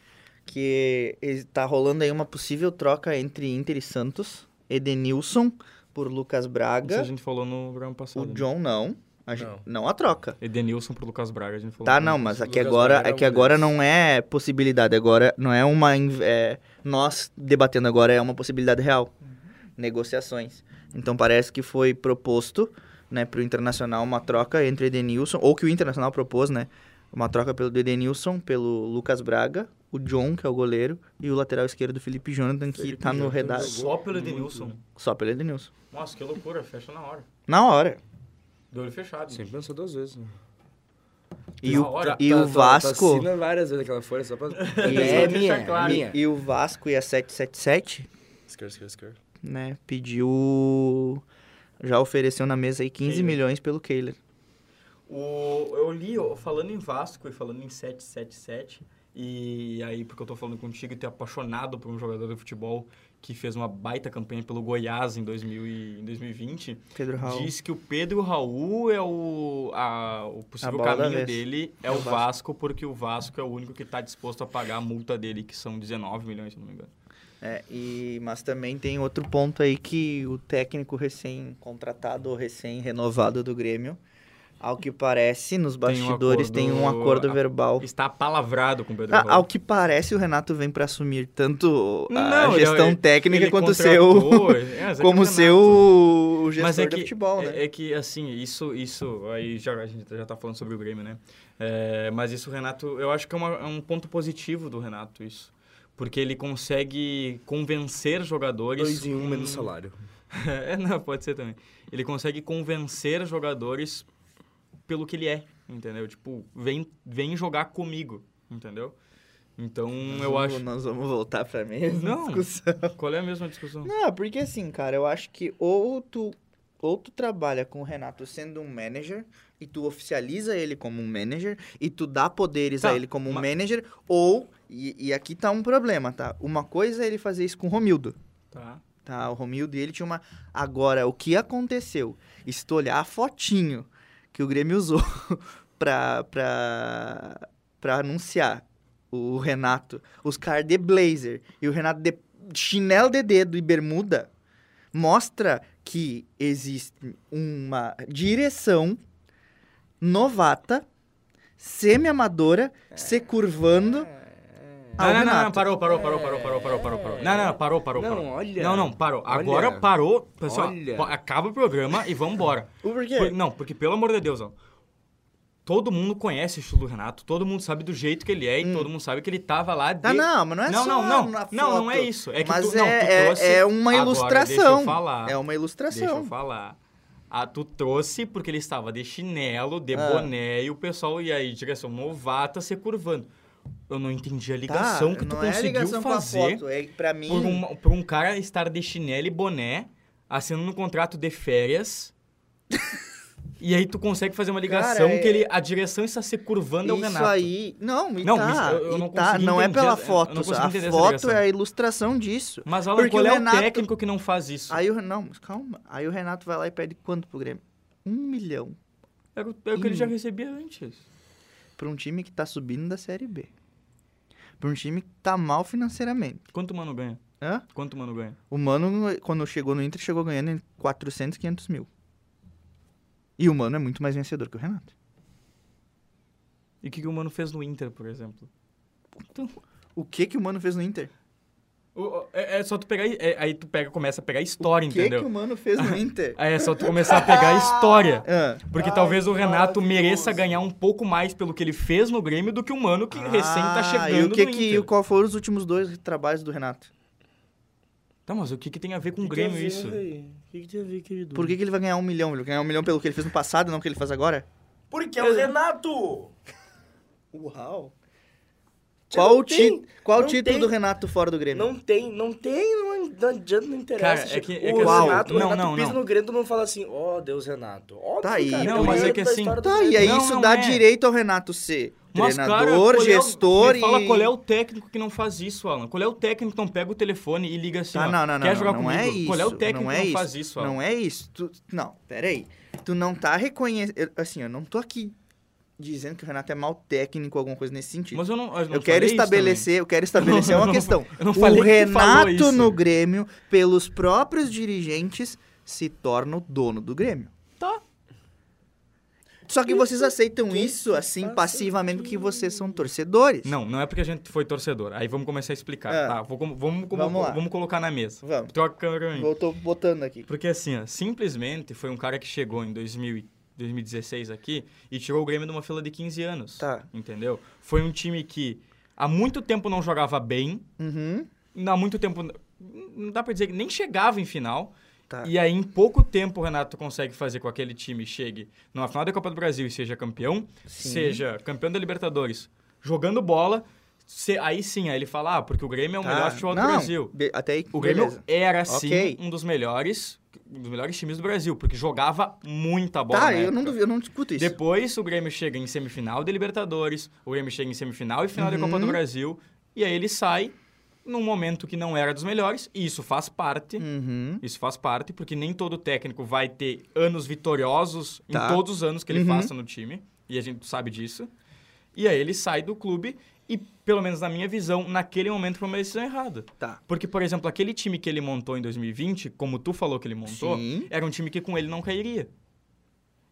[SPEAKER 1] que está rolando aí uma possível troca entre Inter e Santos, Edenilson por Lucas
[SPEAKER 2] Isso a
[SPEAKER 1] Braga,
[SPEAKER 2] gente falou no programa
[SPEAKER 1] o
[SPEAKER 2] passado. né?
[SPEAKER 1] John não, a gente,
[SPEAKER 4] Não.
[SPEAKER 1] não a troca.
[SPEAKER 2] Edenilson pro Lucas Braga, a gente falou.
[SPEAKER 1] Tá,
[SPEAKER 2] no-
[SPEAKER 1] não, mas
[SPEAKER 4] Lucas
[SPEAKER 1] aqui agora,
[SPEAKER 4] Braga
[SPEAKER 1] é que
[SPEAKER 4] é um
[SPEAKER 1] agora
[SPEAKER 4] deles.
[SPEAKER 1] não é possibilidade, agora não é uma inv- é, nós debatendo agora é uma possibilidade real. Negociações. Então parece que foi proposto, né, pro Internacional uma troca entre Edenilson, ou que o Internacional propôs, né, uma troca pelo Edenilson, pelo Lucas Braga, o John, que é o goleiro, e o lateral esquerdo Felipe Jonathan, que tá no redar.
[SPEAKER 2] Só pelo Edenilson.
[SPEAKER 1] Só pelo Edenilson.
[SPEAKER 2] Nossa, que loucura, fecha na hora.
[SPEAKER 1] Na hora.
[SPEAKER 2] De olho fechado.
[SPEAKER 4] Sempre pensou duas vezes. né?
[SPEAKER 1] E
[SPEAKER 2] Na
[SPEAKER 1] o,
[SPEAKER 2] hora.
[SPEAKER 4] tá
[SPEAKER 1] e o Vasco.
[SPEAKER 4] Assina várias vezes aquela folha só pra.
[SPEAKER 1] E
[SPEAKER 4] é
[SPEAKER 1] é
[SPEAKER 4] minha,
[SPEAKER 2] minha, claro.
[SPEAKER 4] minha.
[SPEAKER 1] E o Vasco e a 777,
[SPEAKER 4] Esquerda, esquerda, esquerda.
[SPEAKER 1] né, pediu. Já ofereceu na mesa aí 15
[SPEAKER 2] Kehler.
[SPEAKER 1] milhões pelo Kehler.
[SPEAKER 2] O, eu li, ó, falando em Vasco e falando em 777, e aí porque eu tô falando contigo e tu é apaixonado por um jogador de futebol que fez uma baita campanha pelo Goiás em, 2000 e, em 2020,
[SPEAKER 1] Pedro Raul.
[SPEAKER 2] diz que o Pedro Raul é o, a- o possível
[SPEAKER 1] bola da vez.
[SPEAKER 2] caminho dele é o Vasco, porque o Vasco é o único que está disposto a pagar a multa dele, que são 19 milhões, se não me engano.
[SPEAKER 1] É, e, mas também tem outro ponto aí que o técnico recém-contratado ou recém-renovado do Grêmio, ao que parece, nos bastidores tem um
[SPEAKER 2] acordo-
[SPEAKER 1] acordo
[SPEAKER 2] a-
[SPEAKER 1] verbal.
[SPEAKER 2] Está palavrado com o Pedro
[SPEAKER 1] Ah,
[SPEAKER 2] Raul.
[SPEAKER 1] ao que parece, o Renato vem para assumir tanto tipo, a
[SPEAKER 2] Não, ele- é um-
[SPEAKER 1] gestão
[SPEAKER 2] ele-
[SPEAKER 1] técnica
[SPEAKER 2] Ele
[SPEAKER 1] quanto o
[SPEAKER 2] contratou,
[SPEAKER 1] seu,
[SPEAKER 2] é, mas é
[SPEAKER 1] como
[SPEAKER 2] que
[SPEAKER 1] o
[SPEAKER 2] o
[SPEAKER 1] seu
[SPEAKER 2] Renato-
[SPEAKER 1] o gestor
[SPEAKER 2] Mas é que,
[SPEAKER 1] de futebol, né?
[SPEAKER 2] é, é que, assim, isso, isso aí já, a gente já tá falando sobre o Grêmio, né? É, mas isso, o Renato, eu acho que é, uma- é um ponto positivo do Renato, isso. Porque ele consegue convencer jogadores...
[SPEAKER 4] Dois em um
[SPEAKER 2] com-
[SPEAKER 4] menos salário.
[SPEAKER 2] é, não, pode ser também. Ele consegue convencer jogadores pelo que ele é, entendeu? Tipo, vem, vem jogar comigo, entendeu? Então, eu
[SPEAKER 1] Nós
[SPEAKER 2] acho...
[SPEAKER 1] vamos-
[SPEAKER 4] né?
[SPEAKER 1] Nós vamos voltar pra mesma
[SPEAKER 2] Não.
[SPEAKER 1] discussão.
[SPEAKER 2] Qual é a mesma discussão?
[SPEAKER 1] Não, porque assim, cara, eu acho que ou tu, ou tu trabalha com o Renato sendo um manager e tu oficializa ele como um manager e tu dá poderes
[SPEAKER 2] Tá,
[SPEAKER 1] a ele como um
[SPEAKER 2] ma-
[SPEAKER 1] manager, ou, e, e aqui tá um problema, tá? Uma coisa é ele fazer isso com o Romildo,
[SPEAKER 2] Tá.
[SPEAKER 1] tá? O Romildo, ele tinha uma... Agora, o que aconteceu? E se tu olhar a fotinho que o Grêmio usou pra, pra, pra anunciar o Renato, os caras de blazer e o Renato de chinelo de dedo e bermuda, mostra que existe uma direção novata, semi-amadora, se curvando ao
[SPEAKER 2] Não, não, não,
[SPEAKER 1] Ah, Renato. É.
[SPEAKER 2] não, parou, parou, parou, parou, parou, parou, parou, parou. Não, não, parou, parou,
[SPEAKER 4] Não,
[SPEAKER 2] parou.
[SPEAKER 4] olha.
[SPEAKER 2] Não, não, parou.
[SPEAKER 4] Olha.
[SPEAKER 2] Agora parou. Pessoal,
[SPEAKER 4] Olha.
[SPEAKER 2] po- acaba o programa e vambora.
[SPEAKER 1] O porquê?
[SPEAKER 2] Por- não, porque pelo amor de Deus, ó. Todo mundo conhece o estilo do Renato, todo mundo sabe do jeito que ele é e todo mundo sabe que ele tava lá de...
[SPEAKER 1] Ah, Hum. não, mas não é
[SPEAKER 2] Não,
[SPEAKER 1] só
[SPEAKER 2] não, não.
[SPEAKER 1] na
[SPEAKER 2] Não,
[SPEAKER 1] foto.
[SPEAKER 2] não é isso. É que
[SPEAKER 1] mas
[SPEAKER 2] tu-
[SPEAKER 1] é,
[SPEAKER 2] não, tu
[SPEAKER 1] é-
[SPEAKER 2] trouxe-
[SPEAKER 1] é uma
[SPEAKER 2] Agora,
[SPEAKER 1] ilustração.
[SPEAKER 2] deixa eu falar.
[SPEAKER 1] É uma
[SPEAKER 2] Ah, Deixa eu
[SPEAKER 1] ilustração.
[SPEAKER 2] falar. Ah, tu trouxe porque ele estava de chinelo, de
[SPEAKER 1] Ah.
[SPEAKER 2] boné e o pessoal ia aí, direção novata, se curvando. Eu não entendi a ligação
[SPEAKER 1] Tá,
[SPEAKER 2] que tu
[SPEAKER 1] não é
[SPEAKER 2] conseguiu
[SPEAKER 1] ligação com a
[SPEAKER 2] fazer
[SPEAKER 1] foto, é, pra mim,
[SPEAKER 2] por, uma- por um cara estar de chinelo e boné, assinando um contrato de férias. e aí tu consegue fazer uma ligação
[SPEAKER 1] Cara, é-
[SPEAKER 2] que ele, a direção está se curvando ao
[SPEAKER 1] isso
[SPEAKER 2] Renato.
[SPEAKER 1] aí... Não, e
[SPEAKER 2] Não,
[SPEAKER 1] tá,
[SPEAKER 2] isso eu- eu
[SPEAKER 1] e
[SPEAKER 2] não
[SPEAKER 1] tá,
[SPEAKER 2] consegui
[SPEAKER 1] não é
[SPEAKER 2] entender
[SPEAKER 1] pela
[SPEAKER 2] essa- eu
[SPEAKER 1] foto,
[SPEAKER 2] não
[SPEAKER 1] só,
[SPEAKER 2] consegui
[SPEAKER 1] a
[SPEAKER 2] entender essa
[SPEAKER 1] foto
[SPEAKER 2] ligação.
[SPEAKER 1] é a ilustração disso.
[SPEAKER 2] Mas Alan,
[SPEAKER 1] Porque
[SPEAKER 2] qual
[SPEAKER 1] o
[SPEAKER 2] é
[SPEAKER 1] Renato-
[SPEAKER 2] o técnico que não faz isso?
[SPEAKER 1] Aí o... Ren- Não, mas calma. Aí o Renato vai lá e pede quanto pro Grêmio? Um milhão
[SPEAKER 2] Era É o, era o que ele já recebia antes.
[SPEAKER 1] pra um time que tá subindo da Série B. Pra um time que tá mal financeiramente.
[SPEAKER 2] Quanto o Mano ganha?
[SPEAKER 1] Hã?
[SPEAKER 2] Quanto o Mano ganha?
[SPEAKER 1] O Mano, quando chegou no Inter, chegou ganhando em 400, 500 mil. E o Mano é muito mais vencedor que o Renato.
[SPEAKER 2] E o que, que o Mano fez no Inter, por exemplo? Então,
[SPEAKER 1] O que que o Mano fez no Inter?
[SPEAKER 2] o- o- é, é só tu pegar... é- aí tu pega, começa a pegar a história,
[SPEAKER 1] O que
[SPEAKER 2] entendeu?
[SPEAKER 1] que o Mano fez no Inter?
[SPEAKER 2] Aí é só tu começar a pegar a história.
[SPEAKER 1] Ah.
[SPEAKER 2] Porque
[SPEAKER 4] Ai,
[SPEAKER 2] talvez o Renato
[SPEAKER 4] maravilhoso.
[SPEAKER 2] mereça ganhar um pouco mais pelo que ele fez no Grêmio do que o Mano que recém tá
[SPEAKER 1] Ah,
[SPEAKER 2] chegando
[SPEAKER 1] E o que
[SPEAKER 2] no
[SPEAKER 1] que...
[SPEAKER 2] Inter.
[SPEAKER 1] Qual foram os últimos dois trabalhos do Renato?
[SPEAKER 2] Tá, mas o que, que tem a ver com o Grêmio isso?
[SPEAKER 4] O que, que tem a ver, querido?
[SPEAKER 1] Por que que ele vai ganhar um milhão? Ele vai ganhar um milhão pelo que ele fez no passado, não o que ele faz agora?
[SPEAKER 4] Porque é o Renato!
[SPEAKER 1] Uau!
[SPEAKER 4] Tchê,
[SPEAKER 1] Qual,
[SPEAKER 4] não
[SPEAKER 1] o ti-
[SPEAKER 4] tem,
[SPEAKER 1] qual o
[SPEAKER 4] não
[SPEAKER 1] título
[SPEAKER 4] tem.
[SPEAKER 1] do Renato fora do Grêmio?
[SPEAKER 4] Não tem, não tem, não, não adianta, não interessa.
[SPEAKER 2] Cara, é que- é
[SPEAKER 4] tchê.
[SPEAKER 2] que
[SPEAKER 4] o
[SPEAKER 1] assim,
[SPEAKER 4] Renato, o
[SPEAKER 2] não,
[SPEAKER 4] Renato
[SPEAKER 2] não,
[SPEAKER 4] pisa
[SPEAKER 2] não.
[SPEAKER 4] no Grêmio, todo mundo fala assim, ó Deus, Renato. Óbvio,
[SPEAKER 1] Tá aí.
[SPEAKER 4] cara,
[SPEAKER 2] Não,
[SPEAKER 4] é o
[SPEAKER 2] mas é
[SPEAKER 4] líder
[SPEAKER 2] que
[SPEAKER 4] da
[SPEAKER 2] assim-
[SPEAKER 4] história do
[SPEAKER 1] Tá, e
[SPEAKER 4] Grêmio.
[SPEAKER 1] aí
[SPEAKER 2] Não,
[SPEAKER 1] isso
[SPEAKER 2] não
[SPEAKER 1] dá
[SPEAKER 2] é.
[SPEAKER 1] direito ao Renato ser
[SPEAKER 2] Mas, cara,
[SPEAKER 1] treinador,
[SPEAKER 2] qual é o-
[SPEAKER 1] gestor
[SPEAKER 2] me
[SPEAKER 1] e...
[SPEAKER 2] fala qual é o técnico que não faz isso, Alan. Qual é o técnico que não pega o telefone e liga assim,
[SPEAKER 1] Tá,
[SPEAKER 2] ó,
[SPEAKER 1] não, não, não,
[SPEAKER 2] quer jogar
[SPEAKER 1] não, não
[SPEAKER 2] comigo?
[SPEAKER 1] é isso.
[SPEAKER 2] Qual é o técnico
[SPEAKER 1] não é
[SPEAKER 2] que não
[SPEAKER 1] isso,
[SPEAKER 2] faz isso, Alan?
[SPEAKER 1] Não é isso. Tu, não, peraí. Tu não tá reconhecendo... Assim, eu não tô aqui dizendo que o Renato é mal técnico, alguma coisa nesse sentido.
[SPEAKER 2] Mas eu não. Eu, não
[SPEAKER 1] Eu quero
[SPEAKER 2] falei isso
[SPEAKER 1] estabelecer, eu quero estabelecer
[SPEAKER 2] Eu
[SPEAKER 1] uma
[SPEAKER 2] não-
[SPEAKER 1] questão.
[SPEAKER 2] eu não
[SPEAKER 1] o
[SPEAKER 2] falei que tu falou
[SPEAKER 1] Renato
[SPEAKER 2] isso.
[SPEAKER 1] no Grêmio, pelos próprios dirigentes, se torna o dono do Grêmio.
[SPEAKER 2] Tá.
[SPEAKER 1] Só que vocês aceitam isso assim passivamente porque vocês são torcedores.
[SPEAKER 2] também. Não, não é porque a gente foi torcedor. Aí vamos começar a explicar.
[SPEAKER 1] É.
[SPEAKER 2] Tá, vou com- vamos, como-
[SPEAKER 1] Vamos lá.
[SPEAKER 2] vamos colocar na mesa.
[SPEAKER 1] Vamos.
[SPEAKER 2] Troca a câmera pra mim.
[SPEAKER 1] Eu tô botando aqui.
[SPEAKER 2] Porque assim, ó, simplesmente foi um cara que chegou em 2000 e- 2016 aqui e tirou o Grêmio de uma fila de 15 anos.
[SPEAKER 1] Tá.
[SPEAKER 2] Entendeu? Foi um time que há muito tempo não jogava bem,
[SPEAKER 1] Uhum.
[SPEAKER 2] há muito tempo n- não dá pra dizer que nem chegava em final.
[SPEAKER 1] Tá.
[SPEAKER 2] E aí, em pouco tempo, o Renato consegue fazer com que aquele time chegue numa final da Copa do Brasil e seja campeão,
[SPEAKER 1] Sim.
[SPEAKER 2] seja campeão da Libertadores, jogando bola. se- aí sim, aí ele fala, ah, porque o Grêmio é o
[SPEAKER 1] Tá.
[SPEAKER 2] melhor futebol do
[SPEAKER 1] Não,
[SPEAKER 2] Brasil.
[SPEAKER 1] be- Até aí,
[SPEAKER 2] O Grêmio é
[SPEAKER 1] beleza.
[SPEAKER 2] era sim
[SPEAKER 1] Ok.
[SPEAKER 2] um dos melhores, um dos melhores times do Brasil, porque jogava muita bola. né?
[SPEAKER 1] Tá,
[SPEAKER 2] na
[SPEAKER 1] eu
[SPEAKER 2] época.
[SPEAKER 1] não, duvido, eu não discuto isso.
[SPEAKER 2] Depois o Grêmio chega em semifinal de Libertadores, o Grêmio chega em semifinal e final da Copa do
[SPEAKER 1] Uhum.
[SPEAKER 2] Brasil, e aí ele sai num momento que não era dos melhores, e isso faz parte.
[SPEAKER 1] Uhum.
[SPEAKER 2] Isso faz parte, porque nem todo técnico vai ter anos vitoriosos
[SPEAKER 1] Tá.
[SPEAKER 2] em todos os anos que ele
[SPEAKER 1] Uhum.
[SPEAKER 2] passa no time, e a gente sabe disso. E aí ele sai do clube e, pelo menos na minha visão, naquele momento foi uma decisão errada.
[SPEAKER 1] Tá.
[SPEAKER 2] Porque, por exemplo, aquele time que ele montou em 2020, como tu falou que ele montou,
[SPEAKER 1] Sim.
[SPEAKER 2] era um time que com ele não cairia.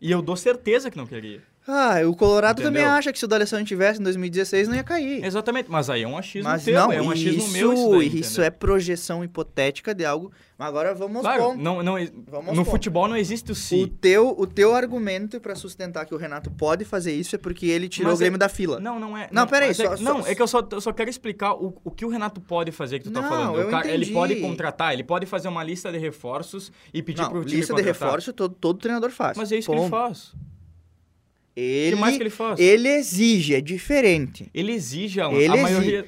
[SPEAKER 2] E eu dou certeza que não cairia.
[SPEAKER 1] Ah, o Colorado também
[SPEAKER 2] Entendeu?
[SPEAKER 1] acha que se o D'Alessandro tivesse em 2016 não ia cair.
[SPEAKER 2] Exatamente, mas aí é um achismo
[SPEAKER 1] Mas
[SPEAKER 2] teu,
[SPEAKER 1] não,
[SPEAKER 2] é um achismo
[SPEAKER 1] isso,
[SPEAKER 2] meu isso daí,
[SPEAKER 1] isso é projeção hipotética de algo. Mas agora vamos ao
[SPEAKER 2] Claro,
[SPEAKER 1] ponto.
[SPEAKER 2] não, não,
[SPEAKER 1] Vamos aos
[SPEAKER 2] no
[SPEAKER 1] pontos.
[SPEAKER 2] futebol não existe o
[SPEAKER 1] O
[SPEAKER 2] si.
[SPEAKER 1] teu, o teu argumento pra sustentar que o Renato pode fazer isso é porque ele tirou o
[SPEAKER 2] Mas
[SPEAKER 1] Grêmio
[SPEAKER 2] é-
[SPEAKER 1] da fila.
[SPEAKER 2] Não, não é.
[SPEAKER 1] Não, peraí,
[SPEAKER 2] mas é,
[SPEAKER 1] só- só-
[SPEAKER 2] Não, é que eu só, eu só quero explicar o, o que o Renato pode fazer que tu tá
[SPEAKER 1] Não,
[SPEAKER 2] falando. O
[SPEAKER 1] eu
[SPEAKER 2] cara- ele
[SPEAKER 1] entendi.
[SPEAKER 2] pode contratar, ele pode fazer uma lista de reforços e pedir
[SPEAKER 1] Não,
[SPEAKER 2] pro time
[SPEAKER 1] lista de
[SPEAKER 2] contratar.
[SPEAKER 1] reforço todo, todo treinador faz.
[SPEAKER 2] Mas é isso que
[SPEAKER 1] Ponto.
[SPEAKER 2] ele faz.
[SPEAKER 1] Ele,
[SPEAKER 2] o que mais que ele faz?
[SPEAKER 1] ele exige, é diferente.
[SPEAKER 2] Ele exige a,
[SPEAKER 1] Ele
[SPEAKER 2] a
[SPEAKER 1] exige.
[SPEAKER 2] maioria.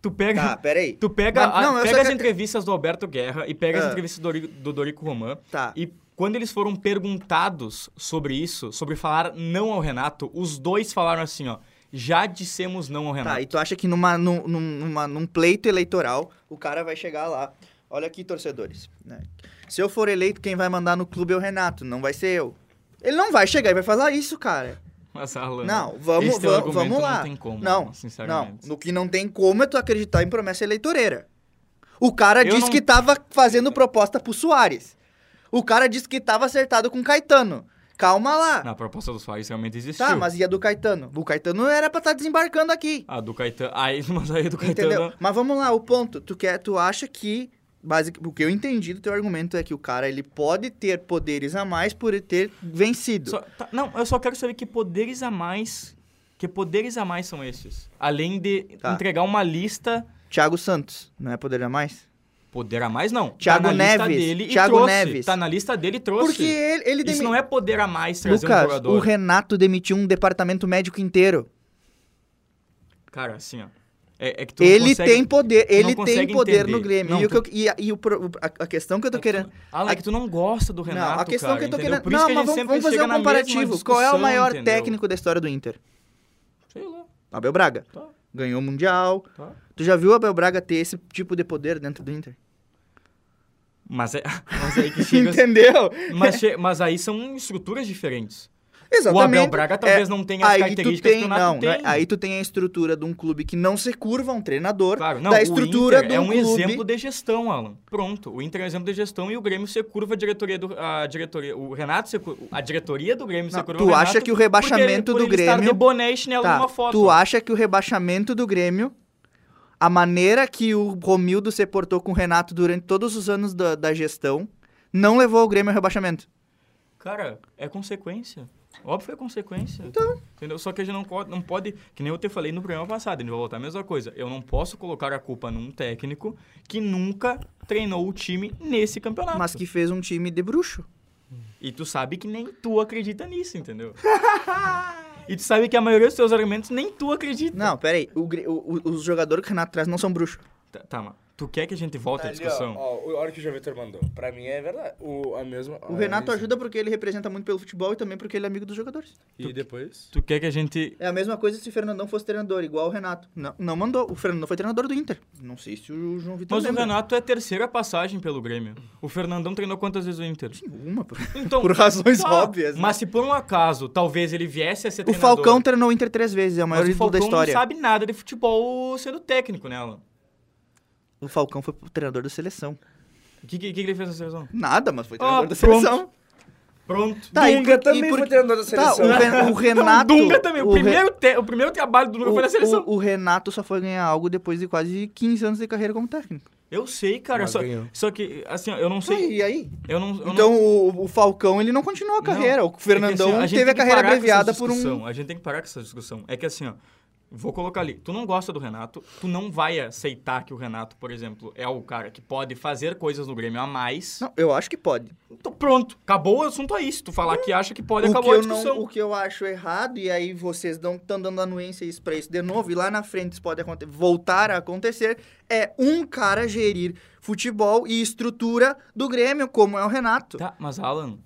[SPEAKER 2] Tu pega.
[SPEAKER 1] Tá, peraí.
[SPEAKER 2] Tu pega,
[SPEAKER 1] Mas-
[SPEAKER 2] a-
[SPEAKER 1] não, eu
[SPEAKER 2] pega
[SPEAKER 1] só
[SPEAKER 2] as
[SPEAKER 1] quero-
[SPEAKER 2] entrevistas do Alberto Guerra e pega as
[SPEAKER 1] Ah.
[SPEAKER 2] entrevistas do, Dori- do Dorico Roman.
[SPEAKER 1] Tá.
[SPEAKER 2] E quando eles foram perguntados sobre isso, sobre falar não ao Renato, os dois falaram assim, ó. Já dissemos não ao Renato.
[SPEAKER 1] Tá, e tu acha que numa, num, num- numa- num pleito eleitoral, o cara vai chegar lá. Olha aqui, torcedores. né? Se eu for eleito, quem vai mandar no clube é o Renato, não vai ser eu. Ele não vai chegar e vai falar isso, cara.
[SPEAKER 2] Mas, Alan,
[SPEAKER 1] Não, vamos-
[SPEAKER 2] esse teu
[SPEAKER 1] vamos-
[SPEAKER 2] argumento
[SPEAKER 1] vamos lá.
[SPEAKER 2] Não tem como,
[SPEAKER 1] Não, Não,
[SPEAKER 2] sinceramente.
[SPEAKER 1] no que não tem como é tu acreditar em promessa eleitoreira. O cara
[SPEAKER 2] Eu
[SPEAKER 1] disse
[SPEAKER 2] não-
[SPEAKER 1] que tava fazendo proposta pro Soares. O cara disse que tava acertado com o Caetano. Calma lá.
[SPEAKER 2] Na proposta dos Soares realmente existiu.
[SPEAKER 1] Tá, mas e a do Caetano? O Caetano era pra estar desembarcando aqui.
[SPEAKER 2] A do Caetano... Aí, mas aí do Caetano...
[SPEAKER 1] Entendeu? Mas vamos lá, o ponto. Tu, quer, tu acha que. Basic, o que eu entendi do teu argumento é que o cara ele pode ter poderes a mais por ele ter vencido.
[SPEAKER 2] Só- tá, não, eu só quero saber que poderes a mais... Que poderes a mais são esses? Além de
[SPEAKER 1] Tá.
[SPEAKER 2] entregar uma lista...
[SPEAKER 1] Thiago Santos, não é poder a mais?
[SPEAKER 2] Poder a mais, não.
[SPEAKER 1] Thiago
[SPEAKER 2] tá na lista
[SPEAKER 1] Neves,
[SPEAKER 2] Dele e
[SPEAKER 1] Thiago
[SPEAKER 2] trouxe.
[SPEAKER 1] Neves.
[SPEAKER 2] Tá na lista dele e trouxe.
[SPEAKER 1] Porque ele, ele
[SPEAKER 2] Isso
[SPEAKER 1] demi-
[SPEAKER 2] não é poder a mais trazer um
[SPEAKER 1] Lucas, o
[SPEAKER 2] jogador.
[SPEAKER 1] Renato demitiu um departamento médico inteiro.
[SPEAKER 2] Cara, assim, ó. É, é que tu não
[SPEAKER 1] Ele
[SPEAKER 2] consegue-
[SPEAKER 1] tem poder, ele tem
[SPEAKER 2] consegue
[SPEAKER 1] poder no
[SPEAKER 2] entender.
[SPEAKER 1] Grêmio.
[SPEAKER 2] Não,
[SPEAKER 1] e o
[SPEAKER 2] tu-
[SPEAKER 1] que eu- e a, e o pro- a- a questão que eu tô
[SPEAKER 2] é que tu-
[SPEAKER 1] querendo.
[SPEAKER 2] Alan, é que tu não gosta do
[SPEAKER 1] Não,
[SPEAKER 2] Renato,
[SPEAKER 1] a questão
[SPEAKER 2] cara,
[SPEAKER 1] que eu tô
[SPEAKER 2] entendeu?
[SPEAKER 1] querendo.
[SPEAKER 2] Por isso
[SPEAKER 1] Não,
[SPEAKER 2] que a
[SPEAKER 1] mas
[SPEAKER 2] gente
[SPEAKER 1] vamos,
[SPEAKER 2] sempre
[SPEAKER 1] vamos fazer
[SPEAKER 2] chega
[SPEAKER 1] um
[SPEAKER 2] na mesma
[SPEAKER 1] comparativo. Qual é o
[SPEAKER 2] discussão,
[SPEAKER 1] maior
[SPEAKER 2] entendeu?
[SPEAKER 1] técnico da história do Inter?
[SPEAKER 2] Sei lá,
[SPEAKER 1] Abel Braga.
[SPEAKER 2] tá,
[SPEAKER 1] Ganhou o Mundial.
[SPEAKER 2] tá.
[SPEAKER 1] Tu já viu o Abel Braga ter esse tipo de poder dentro do Inter?
[SPEAKER 2] Mas, é, mas aí que chega...
[SPEAKER 1] Entendeu?
[SPEAKER 2] mas, che- mas aí são estruturas diferentes.
[SPEAKER 1] Exatamente.
[SPEAKER 2] O Abel Braga talvez
[SPEAKER 1] É,
[SPEAKER 2] não tenha as
[SPEAKER 1] aí tu
[SPEAKER 2] características
[SPEAKER 1] tem,
[SPEAKER 2] que o Renato
[SPEAKER 1] não,
[SPEAKER 2] tem.
[SPEAKER 1] né? aí tu tem a estrutura de um clube que não se curva a um treinador,
[SPEAKER 2] Claro, não,
[SPEAKER 1] da
[SPEAKER 2] o
[SPEAKER 1] estrutura
[SPEAKER 2] Inter
[SPEAKER 1] de
[SPEAKER 2] é
[SPEAKER 1] um
[SPEAKER 2] um
[SPEAKER 1] clube.
[SPEAKER 2] exemplo de gestão, Alan. Pronto, o Inter é um exemplo de gestão e o Grêmio se curva a diretoria do a diretoria, o Renato se curva, a diretoria do Grêmio se
[SPEAKER 1] Não,
[SPEAKER 2] curva.
[SPEAKER 1] tu
[SPEAKER 2] ao
[SPEAKER 1] acha
[SPEAKER 2] Renato
[SPEAKER 1] que o rebaixamento
[SPEAKER 2] porque ele- por
[SPEAKER 1] do
[SPEAKER 2] ele estar
[SPEAKER 1] Grêmio-
[SPEAKER 2] de boné e chinelo
[SPEAKER 1] Tá,
[SPEAKER 2] numa foto?
[SPEAKER 1] Tu acha que o rebaixamento do Grêmio, a maneira que o Romildo se portou com o Renato durante todos os anos da, da gestão, não levou o Grêmio ao rebaixamento?
[SPEAKER 2] Cara, é consequência. Óbvio que é consequência. Então. Entendeu? Só que a gente não pode, não pode. Que nem eu te falei no programa passado, a gente vai voltar a mesma coisa. Eu não posso colocar a culpa num técnico que nunca treinou o time nesse campeonato.
[SPEAKER 1] Mas que fez um time de bruxo.
[SPEAKER 2] E tu sabe que nem tu acredita nisso, entendeu? e tu sabe que a maioria dos teus argumentos nem tu acredita.
[SPEAKER 1] Não, peraí. O, Grê- o- o- os jogadores que o Renato traz não são bruxos.
[SPEAKER 2] Tá, tá, mas Tu quer que a gente volte à
[SPEAKER 4] Ali, ó,
[SPEAKER 2] discussão?
[SPEAKER 4] ó, o- olha o que o Javetor mandou. Pra mim é verdade. O, a mesma,
[SPEAKER 1] O Renato ajuda porque ele representa muito pelo futebol e também porque ele é amigo dos jogadores.
[SPEAKER 4] E depois?
[SPEAKER 2] Tu quer que a gente.
[SPEAKER 1] É a mesma coisa se o Fernandão fosse treinador, igual o Renato. Não, não mandou. O Fernandão foi treinador do Inter. Não sei se o João Vitor
[SPEAKER 2] Mas o
[SPEAKER 1] lembra.
[SPEAKER 2] Renato é a terceira passagem pelo Grêmio. O Fernandão treinou quantas vezes o Inter?
[SPEAKER 1] Uma, por-
[SPEAKER 2] Então,
[SPEAKER 1] por razões
[SPEAKER 2] tá,
[SPEAKER 1] óbvias. né?
[SPEAKER 2] Mas se por um acaso, talvez ele viesse a ser
[SPEAKER 1] O
[SPEAKER 2] treinador.
[SPEAKER 1] Falcão treinou o Inter três vezes, é o maior
[SPEAKER 2] mas o
[SPEAKER 1] ídolo da
[SPEAKER 2] Falcão
[SPEAKER 1] história.
[SPEAKER 2] não sabe nada de futebol sendo técnico, né, Alan?
[SPEAKER 1] O Falcão foi o treinador da seleção.
[SPEAKER 2] O que, que, que ele fez na seleção?
[SPEAKER 1] Nada, mas foi
[SPEAKER 2] Ah,
[SPEAKER 1] treinador da
[SPEAKER 2] pronto.
[SPEAKER 1] seleção.
[SPEAKER 2] Pronto.
[SPEAKER 1] Tá, e
[SPEAKER 4] Dunga
[SPEAKER 1] por- e
[SPEAKER 4] também
[SPEAKER 1] por-
[SPEAKER 4] foi treinador da
[SPEAKER 1] Tá,
[SPEAKER 4] seleção.
[SPEAKER 1] o, Ren- o Renato.
[SPEAKER 2] o Dunga também. O,
[SPEAKER 1] Re-
[SPEAKER 2] primeiro, te- o primeiro trabalho do Dunga foi na seleção.
[SPEAKER 1] o- o Renato só foi ganhar algo depois de quase 15 anos de carreira como técnico.
[SPEAKER 2] Eu sei, cara.
[SPEAKER 4] Mas
[SPEAKER 2] Só,
[SPEAKER 4] ganhou.
[SPEAKER 2] só que, assim, ó, eu não
[SPEAKER 1] Tá,
[SPEAKER 2] sei.
[SPEAKER 1] E aí?
[SPEAKER 2] Eu não, é assim, eu
[SPEAKER 1] Então
[SPEAKER 2] não,
[SPEAKER 1] o, o Falcão ele não continuou a
[SPEAKER 2] Não.
[SPEAKER 1] carreira. O Fernandão
[SPEAKER 2] É que, assim, ó, gente
[SPEAKER 1] teve a
[SPEAKER 2] tem que
[SPEAKER 1] carreira
[SPEAKER 2] parar com essa
[SPEAKER 1] abreviada por um.
[SPEAKER 2] discussão. A gente tem que parar com essa discussão. É que assim, ó. Vou colocar ali. Tu não gosta do Renato, tu não vai aceitar que o Renato, por exemplo, é o cara que pode fazer coisas no Grêmio a mais.
[SPEAKER 1] Não, eu acho que pode.
[SPEAKER 2] Então pronto. Acabou o assunto aí. Se tu falar que acha que pode,
[SPEAKER 1] o, que
[SPEAKER 2] acabou a
[SPEAKER 1] eu
[SPEAKER 2] discussão.
[SPEAKER 1] não, o que eu acho errado, e aí vocês estão dando anuência isso pra isso de novo, e lá na frente isso pode aconte- voltar a acontecer, é um cara gerir futebol e estrutura do Grêmio, como é o Renato.
[SPEAKER 2] Tá, mas Alan,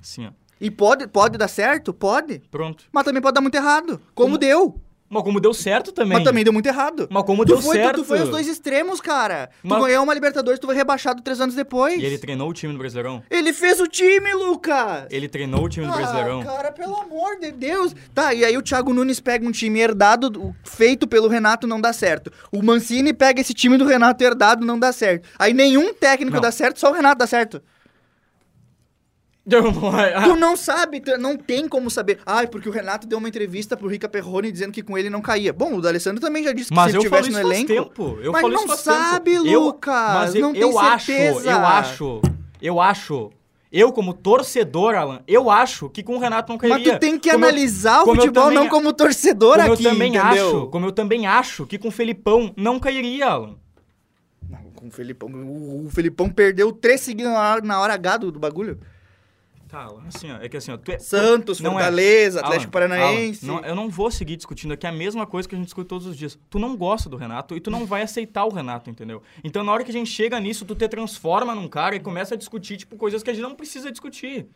[SPEAKER 2] assim, ó.
[SPEAKER 1] E pode, pode dar certo? Pode.
[SPEAKER 2] Pronto.
[SPEAKER 1] Mas também pode dar muito errado. Como deu.
[SPEAKER 2] Mas como deu certo também.
[SPEAKER 1] Mas também deu muito errado.
[SPEAKER 2] Hum. Mas como
[SPEAKER 1] tu
[SPEAKER 2] deu
[SPEAKER 1] foi, tu-
[SPEAKER 2] certo.
[SPEAKER 1] Tu, foi os dois extremos, cara.
[SPEAKER 2] Mas-
[SPEAKER 1] Tu ganhou uma Libertadores, tu foi rebaixado três anos depois.
[SPEAKER 2] E ele treinou o time do Brasileirão.
[SPEAKER 1] Ele fez o time, Lucas!
[SPEAKER 2] Ele treinou o time do
[SPEAKER 1] Ah,
[SPEAKER 2] Brasileirão.
[SPEAKER 1] cara, pelo amor de Deus. Tá, e aí o Thiago Nunes pega um time herdado, do- feito pelo Renato, não dá certo. O Mancini pega esse time do Renato herdado, não dá certo. Aí nenhum técnico
[SPEAKER 2] Não.
[SPEAKER 1] dá certo, só o Renato dá certo.
[SPEAKER 2] Eu não-
[SPEAKER 1] Tu não sabe, tu não tem como saber. Ai, porque o Renato deu uma entrevista pro Rica Perrone dizendo que com ele não caía. Bom, o D'Alessandro também já disse que
[SPEAKER 2] Mas
[SPEAKER 1] se
[SPEAKER 2] eu
[SPEAKER 1] ele
[SPEAKER 2] falo
[SPEAKER 1] tivesse
[SPEAKER 2] isso
[SPEAKER 1] no
[SPEAKER 2] faz
[SPEAKER 1] elenco...
[SPEAKER 2] tempo. Eu
[SPEAKER 1] Mas
[SPEAKER 2] falo isso
[SPEAKER 1] não
[SPEAKER 2] faz
[SPEAKER 1] sabe,
[SPEAKER 2] tempo.
[SPEAKER 1] Lucas,
[SPEAKER 2] Eu, mas eu,
[SPEAKER 1] não tem
[SPEAKER 2] eu acho,
[SPEAKER 1] certeza.
[SPEAKER 2] eu acho, eu acho. Eu, como torcedor, Alan, eu acho que com o Renato não cairia.
[SPEAKER 1] Mas tu tem que
[SPEAKER 2] Como eu-
[SPEAKER 1] analisar o
[SPEAKER 2] como eu
[SPEAKER 1] futebol,
[SPEAKER 2] também-
[SPEAKER 1] não como torcedor
[SPEAKER 2] como
[SPEAKER 1] aqui,
[SPEAKER 2] eu também
[SPEAKER 1] entendeu?
[SPEAKER 2] acho, Como eu também acho que com o Felipão não cairia, Alan.
[SPEAKER 1] Não, com o Felipão. O, o Felipão perdeu três seguidos na hora, na hora H do, do bagulho.
[SPEAKER 2] Tá, Alan, assim, ó, é que assim, ó, tu é...
[SPEAKER 1] Santos,
[SPEAKER 2] Não é.
[SPEAKER 1] Fortaleza, Atlético
[SPEAKER 2] Alan,
[SPEAKER 1] Paranaense.
[SPEAKER 2] Alan, não, é. eu não vou seguir discutindo aqui a mesma coisa que a gente discute todos os dias. Tu não gosta do Renato e tu não vai aceitar o Renato, entendeu? Então, na hora que a gente chega nisso, tu te transforma num cara e começa a discutir, tipo, coisas que a gente não precisa discutir.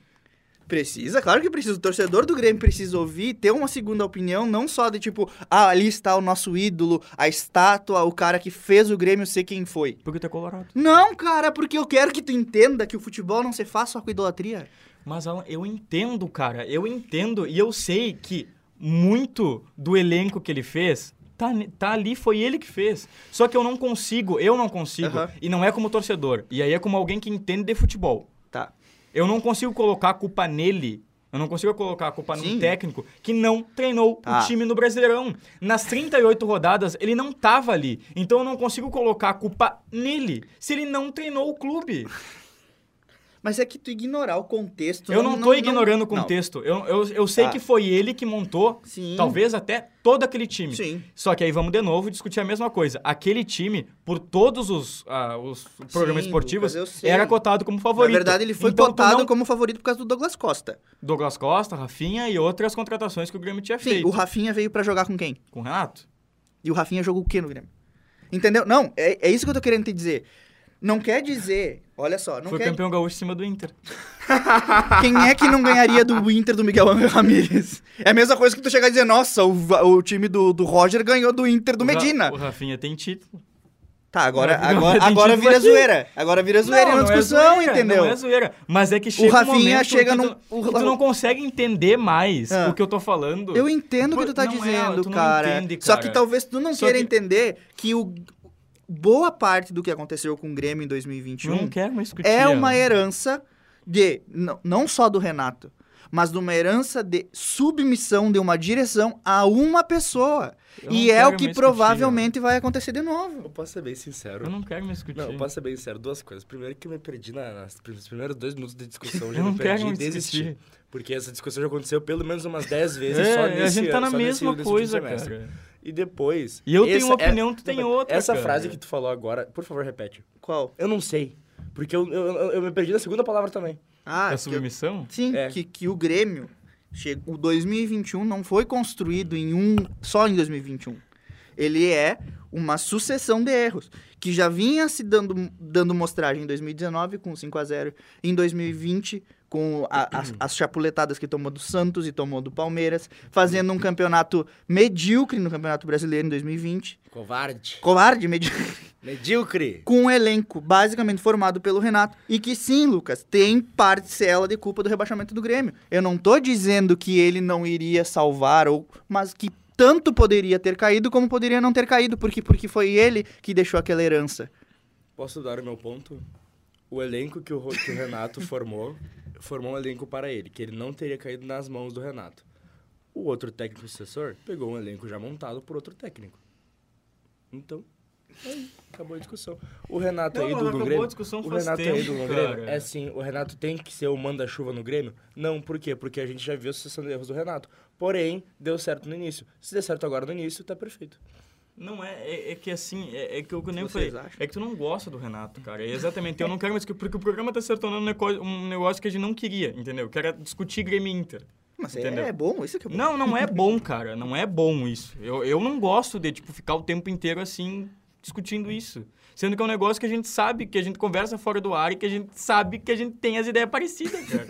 [SPEAKER 1] Precisa, claro que precisa. O torcedor do Grêmio precisa ouvir, ter uma segunda opinião, não só de tipo, ah, ali está o nosso ídolo, a estátua, o cara que fez o Grêmio ser quem foi.
[SPEAKER 2] Porque tu é colorado.
[SPEAKER 1] Não, cara, porque eu quero que tu entenda que o futebol não se faz só com idolatria.
[SPEAKER 2] Mas, Alan, eu entendo, cara. Eu entendo. E eu sei que muito do elenco que ele fez tá, ne- tá ali, foi ele que fez. Só que eu não consigo, eu não consigo.
[SPEAKER 1] Aham.
[SPEAKER 2] E não é como torcedor. E aí é como alguém que entende de futebol.
[SPEAKER 1] Tá.
[SPEAKER 2] Eu não consigo colocar a culpa nele. Eu não consigo colocar a culpa
[SPEAKER 1] Sim.
[SPEAKER 2] num técnico que não treinou
[SPEAKER 1] Tá.
[SPEAKER 2] o time no Brasileirão. Nas 38 rodadas, ele não tava ali. Então eu não consigo colocar a culpa nele se ele não treinou o clube.
[SPEAKER 1] Mas é que tu ignorar o contexto.
[SPEAKER 2] Eu não, tô ignorando o contexto. Eu, eu, eu sei
[SPEAKER 1] Tá.
[SPEAKER 2] que foi ele que montou,
[SPEAKER 1] Sim.
[SPEAKER 2] talvez até todo aquele time.
[SPEAKER 1] Sim.
[SPEAKER 2] Só que aí vamos de novo discutir a mesma coisa. Aquele time, por todos os, ah, os programas
[SPEAKER 1] Sim,
[SPEAKER 2] esportivos,
[SPEAKER 1] Lucas, eu sei.
[SPEAKER 2] era cotado como favorito.
[SPEAKER 1] Na verdade, ele foi
[SPEAKER 2] Então, tu
[SPEAKER 1] cotado
[SPEAKER 2] não-
[SPEAKER 1] como favorito por causa do Douglas Costa.
[SPEAKER 2] Douglas Costa, Rafinha e outras contratações que o Grêmio tinha
[SPEAKER 1] Sim,
[SPEAKER 2] feito.
[SPEAKER 1] o Rafinha veio pra jogar com quem?
[SPEAKER 2] Com o Renato.
[SPEAKER 1] E o Rafinha jogou o quê no Grêmio? Entendeu? Não, é, é isso que eu tô querendo te dizer. Não quer dizer, olha só, não
[SPEAKER 2] foi
[SPEAKER 1] quer
[SPEAKER 2] campeão gaúcho em cima do Inter.
[SPEAKER 1] Quem é que não ganharia do Inter do Miguel Ángel Ramírez? É a mesma coisa que tu chegar e dizer, nossa, o, va- o time do, do Roger ganhou do Inter do
[SPEAKER 2] O Ra-
[SPEAKER 1] Medina.
[SPEAKER 2] O Rafinha tem título.
[SPEAKER 1] Tá, agora,
[SPEAKER 2] Não, não,
[SPEAKER 1] agora,
[SPEAKER 2] não,
[SPEAKER 1] agora
[SPEAKER 2] não,
[SPEAKER 1] vira
[SPEAKER 2] não,
[SPEAKER 1] zoeira. Agora vira zoeira na
[SPEAKER 2] é
[SPEAKER 1] discussão,
[SPEAKER 2] zoeira,
[SPEAKER 1] entendeu?
[SPEAKER 2] Não é zoeira. Mas é que chega um
[SPEAKER 1] Rafinha
[SPEAKER 2] momento
[SPEAKER 1] chega
[SPEAKER 2] que,
[SPEAKER 1] num-
[SPEAKER 2] tu,
[SPEAKER 1] o
[SPEAKER 2] que
[SPEAKER 1] Ra-
[SPEAKER 2] tu não consegue entender mais
[SPEAKER 1] Ah.
[SPEAKER 2] o que eu tô falando.
[SPEAKER 1] Eu entendo o que
[SPEAKER 2] Por-
[SPEAKER 1] tu tá
[SPEAKER 2] não é,
[SPEAKER 1] dizendo,
[SPEAKER 2] tu não
[SPEAKER 1] cara.
[SPEAKER 2] entende,
[SPEAKER 1] Só
[SPEAKER 2] cara.
[SPEAKER 1] que talvez tu não
[SPEAKER 2] Só
[SPEAKER 1] queira
[SPEAKER 2] que-
[SPEAKER 1] entender que o... boa parte do que aconteceu com o Grêmio em
[SPEAKER 2] Eu
[SPEAKER 1] 2021
[SPEAKER 2] não quero mais discutir.
[SPEAKER 1] é uma
[SPEAKER 2] Alan.
[SPEAKER 1] herança de n- não só do Renato, mas de uma herança de submissão de uma direção a uma pessoa.
[SPEAKER 2] Eu
[SPEAKER 1] E
[SPEAKER 2] não
[SPEAKER 1] é o
[SPEAKER 2] quero
[SPEAKER 1] que
[SPEAKER 2] mais
[SPEAKER 1] provavelmente vai acontecer de novo.
[SPEAKER 4] Eu posso ser bem
[SPEAKER 2] discutir, Alan. Eu
[SPEAKER 4] sincero.
[SPEAKER 2] não quero mais discutir.
[SPEAKER 4] Não, eu posso ser bem sincero. Duas coisas. Primeiro que eu me perdi na- nas prim- nos primeiros dois minutos de discussão. Eu já
[SPEAKER 2] Eu
[SPEAKER 4] me
[SPEAKER 2] não
[SPEAKER 4] perdi
[SPEAKER 2] quero
[SPEAKER 4] e
[SPEAKER 2] mais
[SPEAKER 4] desisti.
[SPEAKER 2] discutir.
[SPEAKER 4] Porque essa discussão já aconteceu pelo menos umas 10 vezes
[SPEAKER 2] É,
[SPEAKER 4] só nesse
[SPEAKER 2] a gente tá
[SPEAKER 4] ano,
[SPEAKER 2] na
[SPEAKER 4] só nesse-
[SPEAKER 2] mesma
[SPEAKER 4] nesse último
[SPEAKER 2] coisa,
[SPEAKER 4] semestre.
[SPEAKER 2] cara.
[SPEAKER 4] E depois...
[SPEAKER 2] E eu tenho uma
[SPEAKER 4] é-
[SPEAKER 2] opinião, tu tem
[SPEAKER 4] Não,
[SPEAKER 2] outra,
[SPEAKER 4] Essa
[SPEAKER 2] cara.
[SPEAKER 4] frase que tu falou agora, por favor, repete.
[SPEAKER 1] Qual?
[SPEAKER 4] Eu não sei. Porque eu, eu, eu- eu me perdi na segunda palavra também.
[SPEAKER 1] Ah,
[SPEAKER 2] A
[SPEAKER 1] que, eu-
[SPEAKER 2] submissão?
[SPEAKER 1] sim,
[SPEAKER 4] É.
[SPEAKER 1] que, que o Grêmio, um, che- o 2021 não foi construído em um só em 2021. Ele é uma sucessão de erros, que já vinha se dando, dando mostragem em 2019 com 5 a 0 em 2020 com a- as, as chapuletadas que tomou do Santos e tomou do Palmeiras, fazendo um campeonato medíocre no Campeonato Brasileiro em 2020.
[SPEAKER 5] Covarde.
[SPEAKER 1] Covarde, medíocre
[SPEAKER 5] Medíocre.
[SPEAKER 1] com um elenco basicamente formado pelo Renato e que sim, Lucas, tem parcela de culpa do rebaixamento do Grêmio. Eu não tô dizendo que ele não iria salvar ou mas que tanto poderia ter caído como poderia não ter caído, porque porque foi ele que deixou aquela herança.
[SPEAKER 4] Posso dar o meu ponto? O elenco que o, Ro- que o Renato formou, formou um elenco para ele, que ele não teria caído nas mãos do Renato. O outro técnico sucessor pegou um elenco já montado por outro técnico. Então, aí, acabou a discussão. O Renato
[SPEAKER 2] Não,
[SPEAKER 4] aí
[SPEAKER 2] mas
[SPEAKER 4] do,
[SPEAKER 2] acabou a
[SPEAKER 4] Grêmio.
[SPEAKER 2] discussão
[SPEAKER 4] o
[SPEAKER 2] faz
[SPEAKER 4] Renato aí
[SPEAKER 2] tempo,
[SPEAKER 4] do
[SPEAKER 2] cara.
[SPEAKER 4] Grêmio. É sim, o Renato tem que ser o manda-chuva no Grêmio? Não, por quê? Porque a gente já viu a sucessão de erros do Renato. Porém, deu certo no início. Se der certo agora no início, tá perfeito.
[SPEAKER 2] Não, é, é, é que assim, é, é que eu nem
[SPEAKER 1] Vocês
[SPEAKER 2] falei.
[SPEAKER 1] acham?
[SPEAKER 2] É que tu não gosta do Renato, cara. É exatamente. Eu não quero mais. que- Porque o programa tá se tornando um neco- um negócio que a gente não queria, entendeu? Que era discutir Grêmio e Inter.
[SPEAKER 1] Mas é-
[SPEAKER 2] Entendeu?
[SPEAKER 1] é bom, isso que é bom.
[SPEAKER 2] Não, não é bom, cara. Não é bom isso. Eu, eu não gosto de, tipo, ficar o tempo inteiro assim, discutindo isso. Sendo que é um negócio que a gente sabe, que a gente conversa fora do ar e que a gente sabe que a gente tem as ideias parecidas, cara.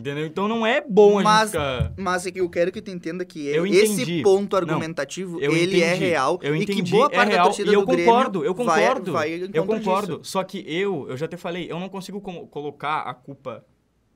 [SPEAKER 2] Entendeu? Então não é bom a
[SPEAKER 1] Mas-
[SPEAKER 2] gente ficar...
[SPEAKER 1] Mas é que eu quero que tu entenda que
[SPEAKER 2] Eu
[SPEAKER 1] esse
[SPEAKER 2] entendi.
[SPEAKER 1] ponto
[SPEAKER 2] Não,
[SPEAKER 1] argumentativo,
[SPEAKER 2] Eu
[SPEAKER 1] ele é
[SPEAKER 2] entendi.
[SPEAKER 1] real
[SPEAKER 2] eu
[SPEAKER 1] e que
[SPEAKER 2] entendi,
[SPEAKER 1] boa
[SPEAKER 2] é
[SPEAKER 1] parte da
[SPEAKER 2] real,
[SPEAKER 1] torcida
[SPEAKER 2] e eu
[SPEAKER 1] do
[SPEAKER 2] concordo,
[SPEAKER 1] Grêmio
[SPEAKER 2] eu concordo,
[SPEAKER 1] vai, vai em
[SPEAKER 2] eu
[SPEAKER 1] contra
[SPEAKER 2] concordo.
[SPEAKER 1] disso.
[SPEAKER 2] Só que eu, eu já te falei, eu não consigo co- colocar a culpa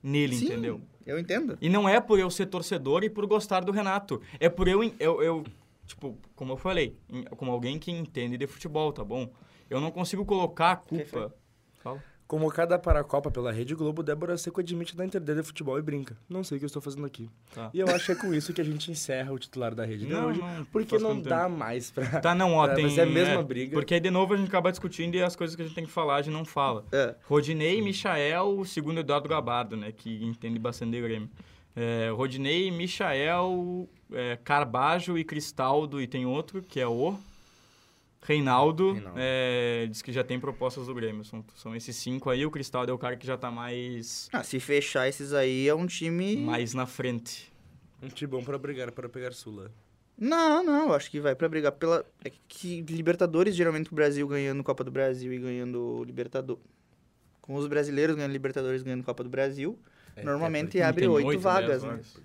[SPEAKER 2] nele,
[SPEAKER 1] Sim,
[SPEAKER 2] entendeu?
[SPEAKER 1] Eu entendo.
[SPEAKER 2] E não é por eu ser torcedor e por gostar do Renato. É por eu, en- eu, eu tipo, como eu falei, em- como alguém que entende de futebol, tá bom? Eu não consigo colocar a culpa. Fala.
[SPEAKER 4] Convocada para a Copa pela Rede Globo, Débora Seco admite na internet de futebol e brinca. Não sei o que eu estou fazendo aqui.
[SPEAKER 2] Tá.
[SPEAKER 4] E eu acho que é com isso que a gente encerra o titular da rede de
[SPEAKER 2] Não,
[SPEAKER 4] hoje.
[SPEAKER 2] não,
[SPEAKER 4] porque
[SPEAKER 2] faz
[SPEAKER 4] não
[SPEAKER 2] quanto
[SPEAKER 4] dá mais pra.
[SPEAKER 2] Tá, não, ó,
[SPEAKER 4] É,
[SPEAKER 2] tem...
[SPEAKER 4] mas é a mesma briga.
[SPEAKER 2] Porque aí, de novo, a gente acaba discutindo e as coisas que a gente tem que falar, a gente não fala.
[SPEAKER 1] É.
[SPEAKER 2] Rodinei e Michael, segundo Eduardo Gabardo, né, que entende bastante de Grêmio. É, Rodinei, Michael, é, Carbajo e Cristaldo, e tem outro, que é o... Reinaldo,
[SPEAKER 4] Reinaldo.
[SPEAKER 2] é, diz que já tem propostas do Grêmio. São, são esses cinco aí. O Cristaldo é o cara que já tá mais,
[SPEAKER 1] Ah, se fechar esses aí é um time
[SPEAKER 2] mais na frente.
[SPEAKER 4] Um tibão pra brigar, para pegar Sula.
[SPEAKER 1] Não, não, eu acho que vai pra brigar pela. É que Libertadores, geralmente o Brasil ganhando Copa do Brasil e ganhando Libertadores. Com os brasileiros ganhando Libertadores ganhando Copa do Brasil,
[SPEAKER 4] É,
[SPEAKER 1] normalmente abre
[SPEAKER 2] É, Tem
[SPEAKER 1] oito
[SPEAKER 2] dez
[SPEAKER 1] vagas, né?
[SPEAKER 2] vagas.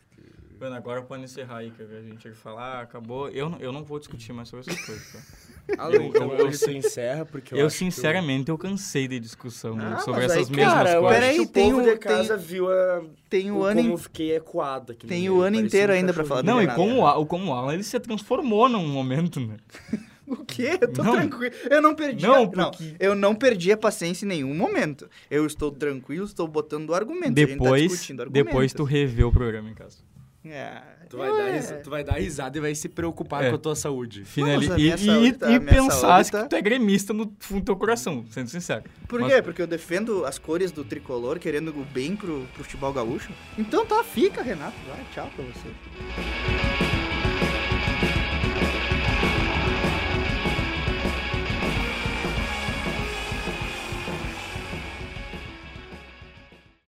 [SPEAKER 2] Mano, agora pode encerrar aí, que a gente tinha que falar, acabou. Eu, não- eu não vou discutir mais sobre essas coisas, tá?
[SPEAKER 4] Alô,
[SPEAKER 2] Eu-
[SPEAKER 4] então
[SPEAKER 2] eu-
[SPEAKER 4] hoje se encerra, porque eu.
[SPEAKER 2] Eu,
[SPEAKER 4] acho que o-
[SPEAKER 2] sinceramente, eu cansei de discussão
[SPEAKER 1] Ah,
[SPEAKER 2] sobre
[SPEAKER 1] mas aí,
[SPEAKER 2] essas mesmas
[SPEAKER 4] Cara, eu
[SPEAKER 2] coisas.
[SPEAKER 1] Peraí,
[SPEAKER 4] acho que o
[SPEAKER 1] tem
[SPEAKER 4] povo
[SPEAKER 1] o-
[SPEAKER 4] de casa viu a,
[SPEAKER 1] Tem o
[SPEAKER 4] o
[SPEAKER 1] ano.
[SPEAKER 4] como eu
[SPEAKER 1] in-
[SPEAKER 4] fiquei ecoado aqui. no
[SPEAKER 1] Tem
[SPEAKER 4] meio,
[SPEAKER 1] o ano
[SPEAKER 4] parecia
[SPEAKER 1] inteiro
[SPEAKER 4] um
[SPEAKER 1] ainda pra
[SPEAKER 4] cachorrinho.
[SPEAKER 1] falar
[SPEAKER 2] Não, e
[SPEAKER 1] Não,
[SPEAKER 2] como o, Al- como o Alan, ele se transformou num momento, né?
[SPEAKER 1] O quê? Eu tô
[SPEAKER 2] Não.
[SPEAKER 1] tranquilo. Eu não perdi. a-
[SPEAKER 2] Não, porque-
[SPEAKER 1] eu não perdi a paciência em nenhum momento. Eu estou tranquilo, estou botando argumentos. a gente tá
[SPEAKER 2] Depois,
[SPEAKER 1] discutindo argumentos.
[SPEAKER 2] depois tu revê o programa em casa.
[SPEAKER 1] É,
[SPEAKER 5] Tu vai, dar, ris- tu vai dar risada e vai se preocupar
[SPEAKER 2] É.
[SPEAKER 5] com a tua saúde.
[SPEAKER 2] Finali...
[SPEAKER 1] Nossa, a
[SPEAKER 2] e
[SPEAKER 1] minha
[SPEAKER 2] e,
[SPEAKER 1] saúde tá-
[SPEAKER 2] e
[SPEAKER 1] a minha
[SPEAKER 2] pensar
[SPEAKER 1] saúde tá-
[SPEAKER 2] que tu é gremista no fundo do teu coração, sendo sincero.
[SPEAKER 1] Por
[SPEAKER 2] Mas-
[SPEAKER 1] quê? Porque eu defendo as cores do tricolor, querendo o bem pro, pro futebol gaúcho. Então tá, fica, Renato. Vai, tchau pra você.